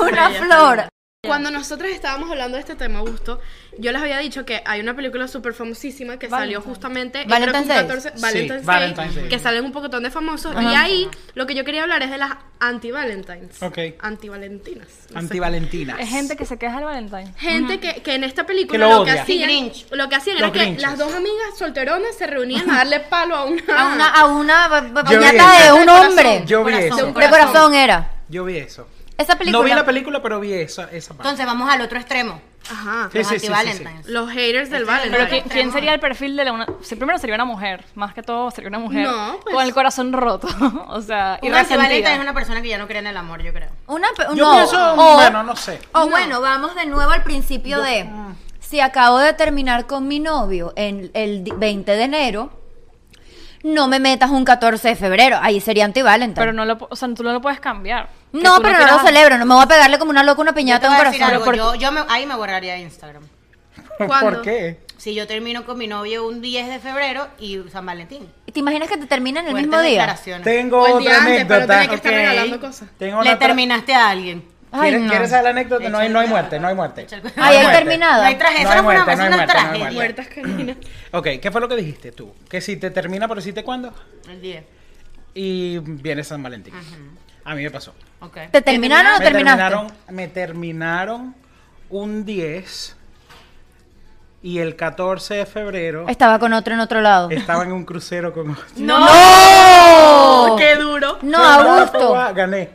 S3: una flor.
S2: Cuando nosotros estábamos hablando de este tema, Gusto, yo les había dicho que hay una película súper famosísima que salió justamente creo que un
S3: Valentine's Day.
S2: 14
S4: Sí,
S2: Valentine's
S4: Valentine's
S2: Day,
S4: Day.
S2: que salen un pocotón de famosos. Y
S3: Ajá.
S2: ahí lo que yo quería hablar es de las anti-Valentines.
S4: Ok.
S2: Anti-Valentinas. no sé.
S4: Antivalentina.
S5: Es gente que se queja del Valentine.
S2: Gente que, que en esta película
S4: Que lo
S2: lo, que
S4: odia.
S2: hacían,
S1: Sí, Grinch.
S2: lo que hacían
S4: Los
S2: era que
S4: Grinches.
S2: las dos amigas solteronas se reunían a darle palo a una,
S3: A una, a una ba- ba-
S4: Yo vi
S3: piñata de
S4: eso.
S3: un hombre.
S4: Yo vi
S1: Corazón.
S4: eso.
S3: De corazón era.
S4: Yo vi eso.
S3: Esa película.
S4: No vi la película, pero vi esa, esa parte.
S1: Entonces vamos al otro extremo.
S2: Ajá.
S4: Sí,
S1: los
S4: sí, sí, sí, sí.
S1: anti-Valentines.
S2: Los haters del
S5: Pero
S2: Valentine.
S5: ¿qui- ¿quién sería el perfil de la una? sí, primero sería una mujer, más que todo sería una mujer
S2: No, pues-
S5: con el corazón roto, o sea, y
S1: Un anti-Valentine
S5: resentida.
S1: es una persona que ya no cree en el amor, yo creo.
S3: Una pe-
S4: Yo
S3: no.
S4: pienso,
S3: o,
S4: bueno, no mm. sé.
S3: o bueno, vamos de nuevo al principio de. Si acabo de terminar con mi novio en el di- 20 de enero, no me metas un 14 de febrero. Ahí sería anti-Valentine.
S5: Pero no lo, po- o sea, tú no lo puedes cambiar. Que
S3: No,
S5: tú
S3: pero no,
S5: quieras-
S3: lo celebro, no me voy a pegarle como una loca una
S1: yo
S3: piñata en
S1: te
S3: un
S1: voy a decir
S3: corazón.
S1: algo, yo, yo me- ahí me borraría de Instagram.
S2: ¿Cuándo?
S4: ¿Por qué?
S1: Si yo termino con mi novio un 10 de febrero y San Valentín.
S3: ¿Te imaginas que te terminan el
S1: Fuertes
S3: mismo día?
S1: declaraciones.
S4: Tengo
S2: O el
S4: otra
S2: día antes, pero
S4: anécdota.
S2: tenés que estar
S4: Ok.
S2: regalando cosas.
S4: Tengo
S1: Le
S4: una otra-
S1: terminaste a alguien.
S3: Ay,
S4: ¿Quieres,
S3: no.
S4: quieres saber la anécdota? No hay, no hay muerte, no hay muerte.
S1: Echa el cuento.
S4: No hay
S3: Ahí hay
S4: muerte.
S3: terminado.
S1: No hay tragedia, eso
S4: No hay
S1: no fue una,
S4: muerte,
S1: eso
S4: no hay
S1: no es
S4: muerte, no hay
S1: tragedia.
S4: muerte.
S2: Muertas caninas.
S4: Ok, ¿qué fue lo que dijiste tú? Que si te termina, pero si te cuándo
S1: El 10.
S4: y viene San Valentín. A mí me pasó.
S1: Ok.
S3: ¿Te terminaron o
S4: me
S3: Ah, terminaste?
S4: terminaron, me terminaron un 10 y el 14 de febrero
S3: Estaba con otro en otro lado.
S4: estaba en un crucero con
S3: ¡No!
S2: ¡Qué duro!
S3: No,
S4: Yo,
S3: Augusto.
S4: Gané,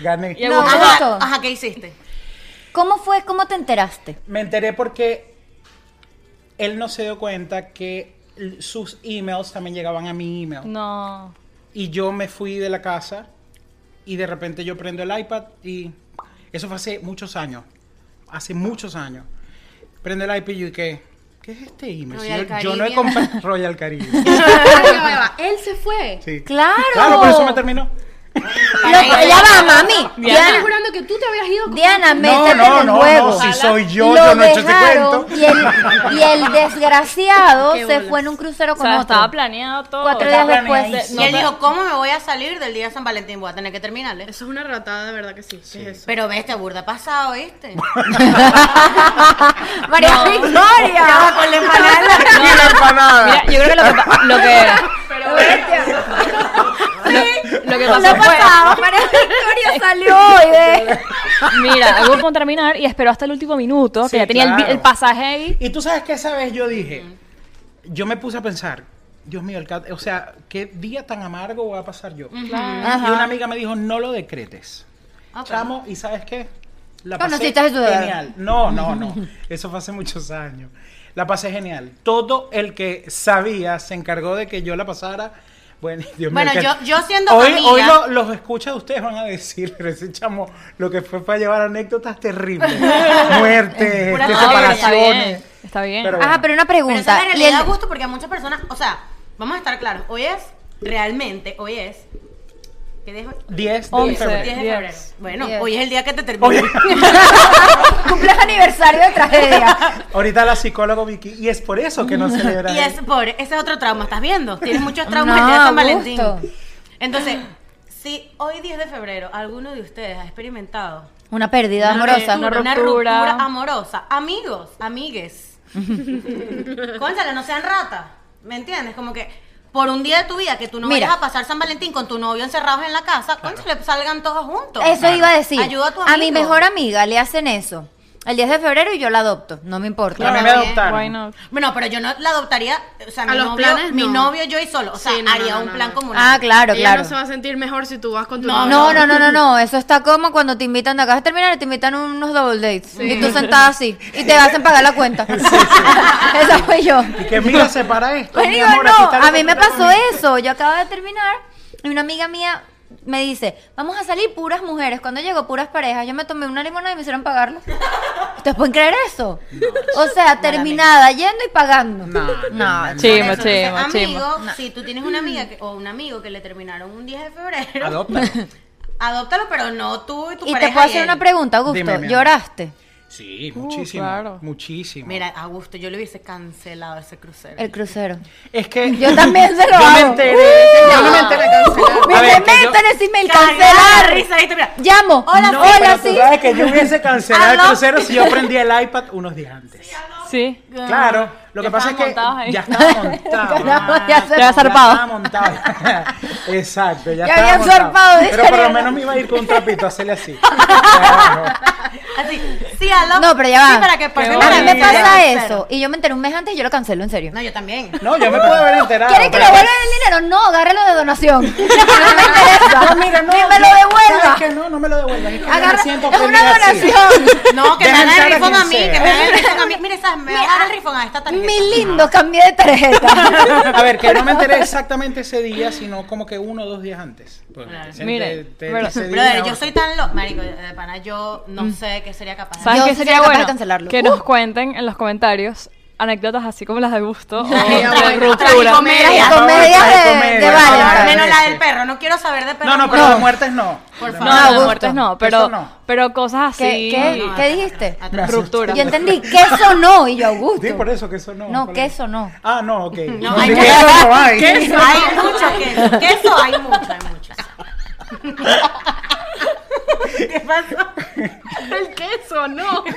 S4: gané.
S5: Y
S3: No,
S5: Augusto-
S1: Ajá,
S3: Augusto.
S1: ajá, ¿qué hiciste?
S3: ¿Cómo fue? ¿Cómo te enteraste?
S4: Me enteré porque él no se dio cuenta que l- sus emails también llegaban a mi email.
S5: No.
S4: Y yo me fui de la casa y de repente yo prendo el iPad y eso fue hace muchos años. Hace muchos años. Prendo el iPad y yo dije, ¿qué es este email? Si
S1: Royal
S4: yo, yo no he
S1: Caribbean.
S4: comprado Royal Caribe.
S2: Él se fue.
S3: ¡Claro!
S4: Claro, por eso me terminó.
S3: Lo- ya va, mami.
S2: Yo estoy
S3: Diana,
S2: jurando que tú te habías ido con...
S3: Diana,
S4: No,
S3: métete en
S4: no,
S3: el
S4: no,
S3: juego.
S4: no, si soy yo,
S3: Lo
S4: yo no he hecho ese
S3: dejaron,
S4: cuento.
S3: y el, y el desgraciado
S2: Qué
S3: se
S2: bolas.
S3: fue en un crucero
S5: O
S3: con
S5: sea,
S3: otro.
S5: estaba planeado todo.
S3: Cuatro
S5: Estaba
S3: días
S5: planeado.
S3: después.
S5: No
S1: y él
S5: te-
S1: dijo, ¿cómo me voy a salir del día de San Valentín? Voy a tener que terminarle.
S2: Eso es una ratada, de verdad que sí. ¿Qué es eso?
S1: Pero ves, te burda pasado, ¿viste?
S3: María Victoria.
S4: Y la empanada.
S5: Mira, yo creo que lo que pa- lo que lo, lo que pasó
S3: Lo
S5: fue
S3: pasado, María Victoria salió hoy de...
S5: Mira, algo como terminar y esperó hasta el último minuto,
S4: Sí,
S5: que ya tenía el vi- el,
S4: claro.
S5: pasaje ahí.
S4: Y tú sabes que esa vez yo dije, yo me puse a pensar, Dios mío, el cat- o sea, ¿qué día tan amargo voy a pasar yo? Y una amiga me dijo, no lo decretes.
S1: Ok.
S4: Chamo, ¿y sabes qué? La
S3: Conociste a Jesús.
S4: genial. No, no, no. Eso fue hace muchos años. La pasé genial. Todo el que sabía se encargó de que yo la pasara. Bueno, Dios mío,
S1: Bueno,
S4: que-
S1: yo- yo siendo
S4: hoy,
S1: amiga-
S4: hoy lo- los escuchas ustedes van a decir, pero ese chamo lo que fue para llevar anécdotas terribles, muertes,
S1: Pura Qué
S4: este,
S5: No, pero
S4: separaciones.
S5: está bien. Está bien.
S4: Pero-
S3: Ajá, pero una
S1: Pero esa
S3: pregunta.
S1: es la
S3: ¿y el-
S1: realidad, Augusto, porque a muchas personas, o sea, vamos a estar claros, hoy es, realmente, hoy es, ¿qué dejo?
S4: 10 de
S5: Once.
S4: febrero.
S1: 10 de
S5: Diez.
S1: febrero. Bueno,
S3: Diez.
S1: hoy es el día que te termina.
S4: Oye,
S3: Cumples aniversario de tragedia.
S4: ahorita la psicóloga Vicky, y es por eso que no celebra.
S1: Y es por, ese es otro trauma, ¿estás viendo? Tienes muchos traumas
S3: No,
S1: el día de San
S3: Augusto.
S1: Valentín. Entonces, si hoy 10 de febrero alguno de ustedes ha experimentado
S3: Una pérdida amorosa.
S1: una, ruptura.
S5: una ruptura
S1: amorosa, amigos, amigues, Cónchale, no sean ratas, ¿me entiendes? Como que por un día de tu vida que tú no
S3: Mira.
S1: vayas a pasar San Valentín con tu novio encerrados en la casa, cónchale, salgan todos juntos.
S3: Eso iba a decir.
S1: Ayuda a tu
S3: mi
S1: amigo.
S3: mejor amiga le hacen eso. El 10 de febrero y yo la adopto. No me importa.
S4: a mí me
S1: Claro, bien.
S4: adoptaron.
S5: Why not?
S1: Bueno, pero yo no la adoptaría, o sea,
S2: A
S1: mi
S2: los
S1: novio,
S2: planes,
S1: mi
S2: no.
S1: novio yo y solo, o sea,
S2: Sí, no, no,
S1: haría
S2: no,
S1: un
S2: no,
S1: plan
S2: no.
S1: común.
S3: Ah, claro,
S2: Ella
S3: claro.
S2: no se va a sentir mejor si tú vas con tu
S1: No,
S2: novio.
S3: No, no, no, no, no. Eso está como cuando te invitan de acá a terminar y te invitan a unos double dates. Y tú sentada así. Y te hacen pagar la cuenta. Esa fue yo.
S4: Y que mira, separa esto.
S3: Pues
S4: mi
S3: digo,
S4: amor, aquí
S3: no,
S4: está la
S3: a mí me
S4: computadora.
S3: pasó eso. Yo acabo de terminar y una amiga mía me dice, vamos a salir puras mujeres. Cuando llegó puras parejas, yo me tomé una limonada y me hicieron pagarlo. ¿Ustedes pueden creer eso? O sea, terminada, yendo y pagando.
S4: No, Ah, no, no.
S5: Sí.
S1: Por eso,
S5: Chimba,
S1: entonces,
S5: chimba,
S1: amigo, si tú tienes una amiga que- o un amigo que le terminaron un 10 de febrero,
S4: Adóptalo.
S1: Adóptalo, pero no tú y tu
S3: Y
S1: pareja.
S3: te puedo
S1: y
S3: hacer
S1: él.
S3: una pregunta, Augusto.
S4: Dime, mi amor.
S3: ¿Lloraste?
S4: Sí,
S5: Uh,
S4: muchísimo.
S5: claro.
S4: Muchísimo.
S1: Mira, Augusto, yo le hubiese cancelado ese crucero.
S3: El crucero.
S4: es que.
S3: Yo también se lo
S4: yo me
S3: hago.
S4: enteré.
S3: Uh,
S4: yo no me enteré.
S1: cancelar.
S3: Me
S4: A ver, que yo-
S3: meto en el email,
S1: Cagada de
S3: cancelar.
S1: risa, ¿viste? Mira,
S3: Llamo. Hola,
S4: No,
S3: hola,
S4: pero tú
S3: sí.
S4: sabes que yo hubiese cancelado el
S1: Ah, no.
S4: crucero si yo prendí el iPad unos días antes.
S5: Sí.
S4: Claro, lo
S5: Ya
S4: que pasa es
S5: estaban
S4: que
S5: montados ahí.
S4: ya estaba montado.
S3: Caramba, ya se-
S5: Ya había zarpado.
S4: estaba montado. Exacto, ya,
S3: Ya
S4: estaba
S3: había
S4: montado.
S3: zarpado, dice
S4: Pero por lo
S3: Ariana.
S4: menos me iba a ir con un trapito a hacerle así. Claro.
S1: Así, sí, aló.
S3: No, pero ya va.
S1: Sí, para que pase
S3: A mí me
S1: maravilla.
S3: pasa
S1: Cero.
S3: eso. Y yo me enteré un mes antes y yo lo cancelo, en serio.
S1: No, yo también.
S4: No, yo me puedo haber enterado.
S3: ¿Quieren que le
S4: pero-
S3: devuelvan el dinero? No, agárralo de donación. No me interesa.
S4: No, mira, no.
S3: Ni me lo
S4: no,
S3: devuelva.
S4: ¿sabes que no, no me lo devuelvan. Es que yo
S3: Agarra-
S4: me siento
S3: es
S4: feliz
S3: una
S4: así.
S3: donación.
S1: No, que me
S4: Deja
S1: hagan
S4: entrar
S1: el
S4: a
S1: rifón
S4: quien
S1: a mí,
S4: sea.
S1: que me hagan el rifón a mí. Mira, ¿sabes? Me hagan el rifón a esta tarjeta.
S3: Mi lindo, cambié de tarjeta.
S4: A ver, que no me enteré exactamente ese día, sino como que uno o dos días antes. Porque
S1: Claro.
S4: se-
S5: Mire,
S4: te- te-
S5: pero-
S4: ese día-
S1: Brother, yo soy tan loco. Marico, de pana, yo no sé qué sería capaz de
S5: ¿Sabes
S3: Mm. Yo
S5: qué
S3: sí
S5: sería
S3: sería capaz de
S5: bueno?
S3: cancelarlo.
S5: Que
S3: Uh.
S5: nos cuenten en los comentarios anécdotas así como las de gusto o
S1: Tra-
S5: de
S1: tra-
S5: ruptura.
S1: tragicomedia.
S4: Por favor,
S3: comedias de-
S4: trae
S3: de
S4: comedia,
S3: Vale,
S4: no,
S3: vale.
S4: no,
S1: Menos la
S4: ese.
S1: del perro, no quiero saber de perro.
S4: No, no, pero de muertes no.
S1: Por favor.
S5: No, de
S3: Augusto.
S5: muertes no, pero,
S4: Eso no.
S5: pero cosas así.
S3: ¿Qué, qué,
S1: no,
S3: qué
S1: no,
S3: dijiste?
S1: Atrás.
S5: Ruptura.
S3: Yo entendí queso no y yo Augusto.
S4: Sí, por eso que eso no.
S3: No,
S4: Por-
S3: queso no.
S4: Ah, no, ok.
S1: No, hay
S4: sí,
S1: mucho.
S4: eso no hay.
S1: Hay mucho queso. Queso hay mucho, hay mucho. ¿Qué pasó?
S2: El queso, no.
S3: Es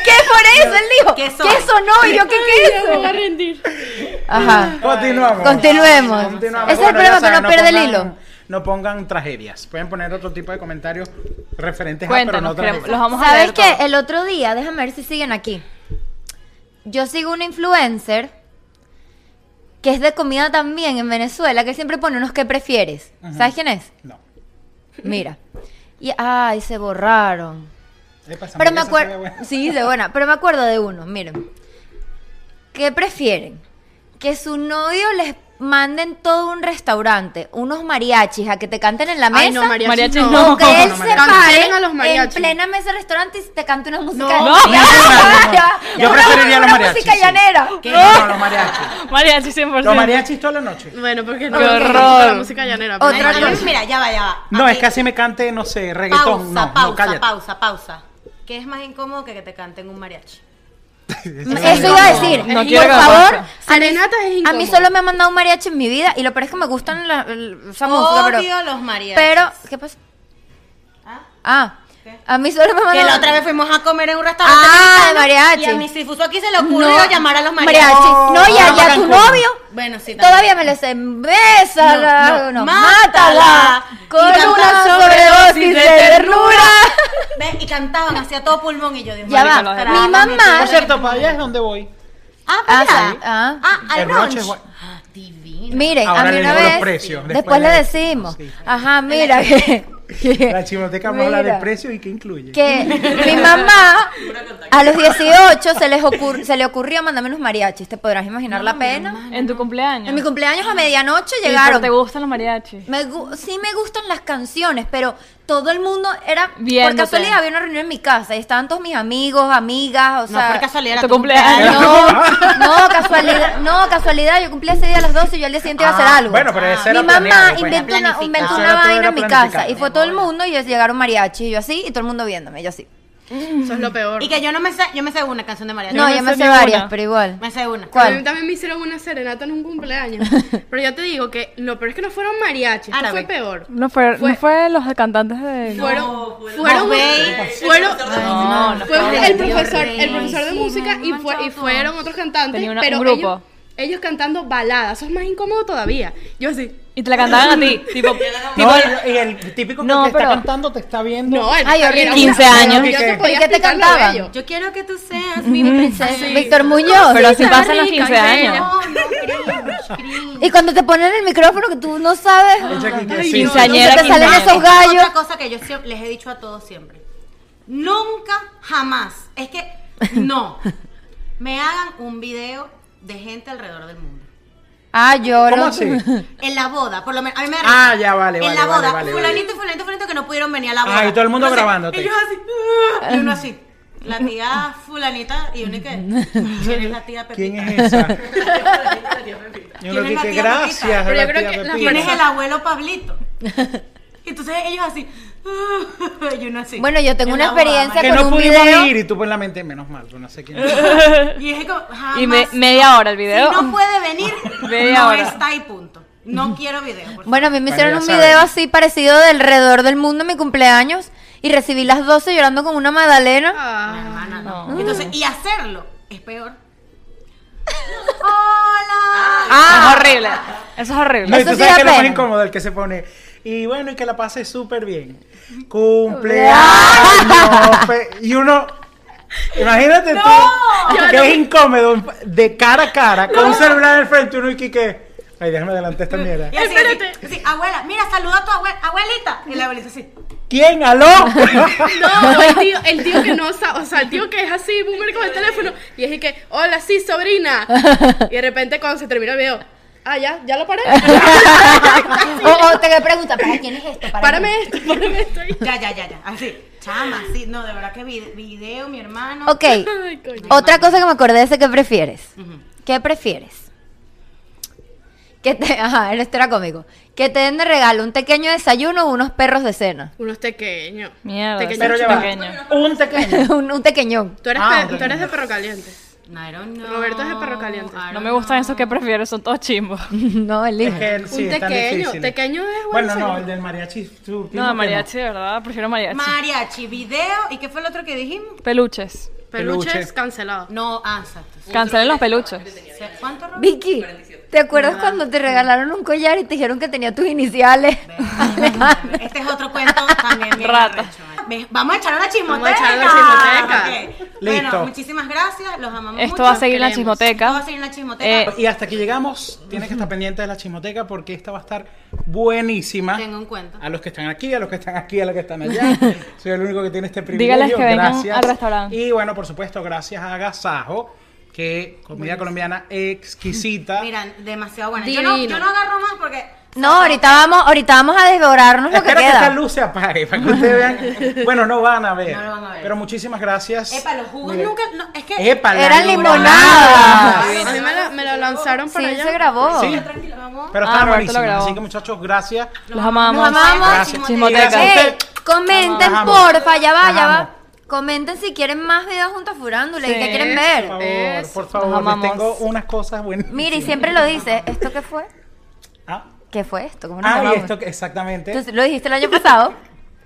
S3: que por eso él dijo
S1: Queso.
S3: queso, no y yo qué
S2: voy a
S3: queso.
S2: rendir.
S3: Ajá.
S4: Continuamos.
S3: Continuemos. Ese es el
S4: Bueno, ya
S3: problema que
S4: saben,
S3: no pierde el
S4: pongan-
S3: hilo.
S4: No pongan tragedias. Pueden poner otro tipo de comentarios referentes a, pero no
S5: Cuéntanos, queremos-
S4: tragedias.
S5: los vamos a
S3: ¿Sabes
S5: leer.
S3: qué?
S5: todos.
S3: El otro día, déjame ver si siguen aquí. Yo sigo una influencer que es de comida también en Venezuela, que siempre pone unos que prefieres.
S4: Ujú.
S3: ¿Sabes quién es?
S4: No.
S3: Mira. Y ay, se borraron.
S4: Epa, esa
S3: Pero me
S4: hamburguesa sabe
S3: acuerdo.
S4: buena.
S3: Sí, de buena. Pero me acuerdo de uno, miren. ¿Qué prefieren? Que su novio les manden todo un restaurante, unos mariachis, a que te canten en la mesa.
S2: Ay, no, mariachis
S5: Mariachis
S2: no.
S5: no.
S3: O que él
S4: no,
S3: se
S4: mariachis.
S2: Cancelen a los
S3: pare en
S2: mariachis.
S3: plena mesa de restaurante y te cante una música.
S2: No,
S5: no,
S3: Ya,
S4: no,
S3: ya.
S4: no. Yo
S3: Una-
S4: preferiría los
S3: una
S4: mariachis,
S3: música
S4: sí.
S3: llanera.
S4: No, no, los mariachis.
S5: Mariachi 100%.
S4: Los mariachis toda la noche.
S2: Bueno, porque no
S5: Qué
S2: me gusta
S5: horror.
S2: tanto la música llanera. pues. pero-
S1: Ay,
S3: Otra
S1: a mí-
S3: cosa.
S1: Mira, ya va, ya va.
S4: No,
S1: A
S4: es
S1: mí-
S4: que así me cante, no sé, reggaetón.
S1: Pausa,
S4: No, no,
S1: pausa,
S4: cállate.
S1: pausa, pausa. ¿Qué es más incómodo que que te canten un mariachi?
S3: Eso iba a decir.
S5: No quiero
S3: por
S5: que me
S3: favor,
S5: pase.
S2: Serenatas es
S3: a mí
S2: incómodo.
S3: solo me ha mandado un mariachi en mi vida y lo peor es que me gustan la, el- esa música, pero-
S1: Odio los mariachis.
S3: Pero, ¿qué pasa?
S1: ¿Ah?
S3: Ah,
S1: ¿Qué?
S3: a mí solo me mandaron.
S1: Que la otra vez fuimos a comer en un restaurante.
S3: Ah,
S1: mexicano
S3: de mariachi.
S1: Y a mi Sifuso aquí se le ocurrió llamar a los mariachis.
S3: mariachi. No, y a, y a tu
S4: Cancún.
S3: novio.
S1: Bueno, sí.
S3: Todavía me lo sé. Bésala.
S1: No, no.
S3: No,
S1: Mátala.
S3: mátala. Con
S1: Y cantaba
S3: una
S1: sobredosis
S3: sobredosis
S1: de
S3: de ternura.
S1: Ve, Y cantaban hacia todo pulmón y yo Dios
S3: Ya
S1: mío, Ah,
S3: va.
S5: los
S1: carajo,
S3: Mi mamá.
S4: Por cierto, para allá es donde voy.
S1: Ah,
S3: Ah,
S1: para allá.
S3: sí, ah.
S1: Ah, al
S4: El brunch
S1: brunch.
S4: es guay.
S1: Ah, divino.
S3: Miren,
S4: Ahora
S3: a mí
S4: le
S3: una
S4: digo los
S3: vez.
S4: precios,
S3: Después,
S4: después
S3: le
S4: le-
S3: decimos.
S4: Sí.
S3: Ajá, mira. que- que-
S4: La chimoteca vamos a hablar
S3: mira,
S4: del precio y qué incluye.
S3: Que mi mamá a los 18 se, les ocur- se le ocurrió mandarme unos mariachis. ¿Te podrás imaginar la pena?
S5: En tu cumpleaños.
S3: En mi cumpleaños a medianoche
S5: Sí, pero
S3: llegaron.
S5: ¿Te gustan los mariachis?
S3: Me gu- sí me gustan las canciones, pero todo el mundo era...
S5: Viéndote.
S3: Por casualidad había una reunión en mi casa y estaban todos mis amigos, amigas, o
S1: No,
S3: sea...
S1: por casualidad.
S5: Tu
S1: era
S5: cumpleaños.
S3: No, no, casualidad, no, casualidad, yo cumplí ese día a las 12 y yo al día siguiente iba a hacer
S4: Ah,
S3: algo.
S4: Bueno, pero ese
S3: mi
S4: era
S3: mamá
S4: planeado, pues.
S3: inventó una,
S1: Planificado.
S3: inventó
S4: Eso
S3: una
S4: era todo,
S3: vaina
S4: era
S3: en mi casa y
S4: planificado.
S3: fue todo el mundo y ellos llegaron mariachi y yo así y todo el mundo viéndome, yo así.
S2: Eso es lo peor.
S1: Y que yo no me sé, yo me sé una canción de mariachi.
S3: No,
S5: no
S3: yo
S5: sé
S3: me sé
S5: ni
S3: varias,
S5: una.
S3: pero igual.
S1: Me sé una.
S2: A mí
S3: ¿Cuál?
S2: también me hicieron una serenata en un cumpleaños. Pero ya te digo que lo peor es que no fueron mariachis. Esto
S1: Árabe.
S2: fue peor.
S5: No fue, no fue los cantantes de.
S2: Fueron,
S6: fue-
S2: fueron,
S1: Bobey.
S2: fueron,
S5: No, no,
S2: fue
S1: no,
S2: el
S1: no,
S2: profesor,
S1: no,
S2: el profesor de
S1: no,
S2: música y, fue- y fueron otros cantantes,
S5: Tenía una-
S2: pero
S5: un grupo.
S2: ellos, ellos cantando baladas, eso es más incómodo todavía. Yo así,
S5: Y te la cantaban a ti. tipo, tipo
S4: No, y- y el típico que
S5: No,
S4: te está
S5: pero-
S4: cantando te está viendo.
S2: no, el,
S3: Ay,
S2: era
S3: horrible.
S2: una-
S5: 15 años.
S2: yo te
S4: ¿Y qué
S2: podías
S3: te
S2: quitar lo
S3: cantaban?
S2: bello.
S1: Yo quiero que tú seas mi princesa.
S3: Víctor Muñoz.
S5: Pero así pasan los
S2: rica,
S5: 15
S2: bella.
S5: años.
S1: No, no, cringe, cringe.
S3: Y cuando te ponen el micrófono que tú no sabes,
S4: El Jackie que
S2: Ay,
S4: sí.
S2: Dios.
S3: se
S5: Quinceañera,
S3: te salen
S5: quinceañera.
S3: esos gallos.
S1: Otra cosa que yo siempre- les he dicho a todos siempre. Nunca, jamás. Es que no. Me hagan un video de gente alrededor del mundo.
S3: Ah, yo
S4: ¿Cómo
S3: lo-
S4: así?
S1: En la boda, por lo menos. A mí me da
S4: Ah,
S1: risa.
S4: ya, vale,
S1: En
S4: vale,
S1: la
S4: vale,
S1: boda,
S4: vale,
S1: fulanito
S4: vale.
S1: y fulanito y fulanito que no pudieron venir a la
S4: Ah,
S1: boda.
S4: y todo el mundo
S1: Entonces,
S4: grabándote.
S1: Ellos así. "Ah", Y uno así. La tía fulanita y uno y que. ¿Quién es la tía Pepita?
S4: ¿Quién es esa?
S1: ¿Quién es la tía Pepita?
S4: gracias.
S2: Pero yo
S4: la
S2: creo
S4: tía
S2: que las
S4: Pepita.
S1: ¿Quién es el abuelo Pablito? Y entonces ellos así. y uno así.
S3: Bueno, yo tengo
S1: en
S3: una
S1: la boda,
S3: experiencia
S1: marico.
S4: Que
S3: con
S4: no
S3: un
S4: pudimos
S3: video-
S4: ir y tú por la mente, menos mal, yo no sé quién es.
S1: Y dije como, jamás.
S5: Y me- media hora el video.
S1: Si no puede venir,
S5: Media
S1: no
S5: hora.
S1: está y punto. No quiero video. por favor.
S3: Bueno, a mí me
S4: Bueno,
S3: hicieron
S4: ya
S3: un
S4: saben.
S3: video así parecido de alrededor del mundo en mi cumpleaños y recibí las 12 llorando como una magdalena.
S1: Mi
S2: Ah.
S1: hermana no.
S5: no.
S1: Entonces, y hacerlo es peor. ¡Hola!
S5: es horrible. Eso es horrible.
S4: No, y
S3: Eso
S4: tú
S3: sí
S4: sabes
S3: da
S4: que es lo más
S3: pena.
S4: incómodo, el que se pone. Y bueno, y que la pase súper bien. Cumpleaños. fe- y uno. Imagínate tú. Que es incómodo de cara a cara, con un celular en el frente, uno y que- que. Ay, déjame adelantar esta mierda.
S1: Y así, así, así, abuela, mira, saluda a tu abue- abuelita. Y la abuelita así.
S4: ¿Quién? ¿Aló?
S2: No, el tío, el tío que no sabe, o sea, el tío que es así, boomer con el teléfono, y es y que, hola, sí, sobrina. Y de repente cuando se termina el video, ah, ya, ya lo paré.
S3: O, o te pregunta, ¿para quién es esto? ¿Para quién?
S2: Párame esto, párame esto. ahí.
S1: Ya, ya, ya, ya. Así. Chama, así. No, de verdad que vide- video, mi hermano.
S3: Ok,
S2: Ay, coño.
S3: otra cosa que me acordé es de qué prefieres. ¿Qué prefieres? Que te, ajá, esto era cómico. Que te den de regalo un pequeño desayuno o unos perros de cena.
S2: Unos pequeños.
S5: Mierda,
S2: Pequeño,
S4: Pero ya va.
S5: Pequeño.
S4: Un pequeño.
S3: un, un tequeñón.
S2: Tú eres,
S4: Ah,
S2: pe-
S4: ok.
S2: tú eres de perro caliente.
S1: I don't know.
S2: Roberto es de perro caliente.
S1: I don't
S5: No me gustan esos que prefiero, son todos chimbos.
S3: no, el
S4: Es que, sí,
S2: Un
S4: están
S2: tequeño,
S4: difíciles.
S2: tequeño es bueno,
S4: Bueno, no,
S2: señor.
S4: el del mariachi. tú- tú
S5: No,
S4: que
S5: mariachi, de verdad, prefiero mariachi.
S1: Mariachi, video. ¿Y qué fue el otro que dijimos?
S5: Peluches.
S2: Peluches
S4: Peluche.
S2: cancelados.
S1: No, ah, exacto.
S5: Cancelen los peluches.
S1: ¿Se- ¿Cuánto, Roberto?
S3: Vicky, ¿te acuerdas cuando te regalaron un collar y te dijeron que tenía tus iniciales? Alejandra?
S1: Este es otro cuento también. bien
S5: Rata.
S1: arrecho, ¿eh? Ve- Vamos a echar una chismoteca.
S2: echar una chismoteca.
S1: Ok.
S4: Listo.
S1: Bueno, muchísimas gracias. Los amamos mucho.
S5: Esto va a seguir en la
S2: queremos.
S1: Esto va a
S5: chismoteca.
S1: seguir en la chismoteca.
S5: Eh,
S4: Y hasta que llegamos, tienes que estar pendiente de la chismoteca porque esta va a estar buenísima.
S1: Tengo un cuento.
S4: A los que están aquí, a los que están aquí, a los que están allá. Soy el único que tiene este privilegio.
S5: Dígales que vengan
S4: gracias.
S5: al restaurante.
S4: Y bueno, por supuesto, gracias a Agasajo, que comida colombiana exquisita.
S1: Mira, demasiado buena. Yo no, yo
S2: Divino.
S1: no agarro más porque.
S3: No, ahorita vamos, ahorita vamos a devorarnos lo que
S4: Espero que esta
S3: queda.
S4: luz se apague para que ustedes vean. Bueno, no van a ver.
S1: No lo van a ver.
S4: Pero muchísimas gracias.
S1: Epa, los jugos
S4: Miren.
S1: nunca. no, es que.
S4: Epa, la
S3: Eran
S4: limonada. Ah,
S3: limonadas.
S2: A mí me la, me la lanzaron para
S3: Sí,
S2: allá.
S3: se grabó.
S4: Sí.
S1: Tranquilo, vamos.
S4: Pero
S5: Ah,
S4: está
S5: Roberto lo
S4: buenísimo.
S5: grabó.
S4: Así que muchachos, gracias.
S5: Los amamos.
S3: Los amamos.
S4: Gracias.
S5: Chismoteca.
S4: Gracias.
S3: Ey, comenten,
S4: Las amo.
S3: porfa, ya va,
S4: Las
S3: ya
S4: amo.
S3: va. Comenten si quieren más videos junto a Furándula y
S5: Sí.
S3: qué quieren
S4: Por
S3: ver.
S4: favor,
S2: Eso,
S4: por
S5: los
S4: favor,
S5: amamos.
S4: les tengo unas cosas buenas.
S3: Mira, y siempre lo dices, ¿esto qué fue?
S4: Ah,
S3: ¿Qué fue esto? ¿Cómo nos
S4: ah,
S3: llamamos?
S4: y esto que- exactamente.
S3: Entonces, lo dijiste el año pasado.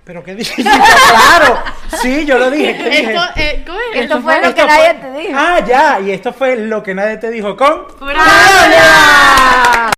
S4: Pero qué dije, claro. Sí, yo lo dije. ¿qué dije?
S2: Esto, eh, ¿cómo es?
S3: Esto fue lo que
S4: Esto
S3: nadie te dijo.
S4: Ah, ya, y esto fue lo que nadie te dijo con
S1: ¡Bravo!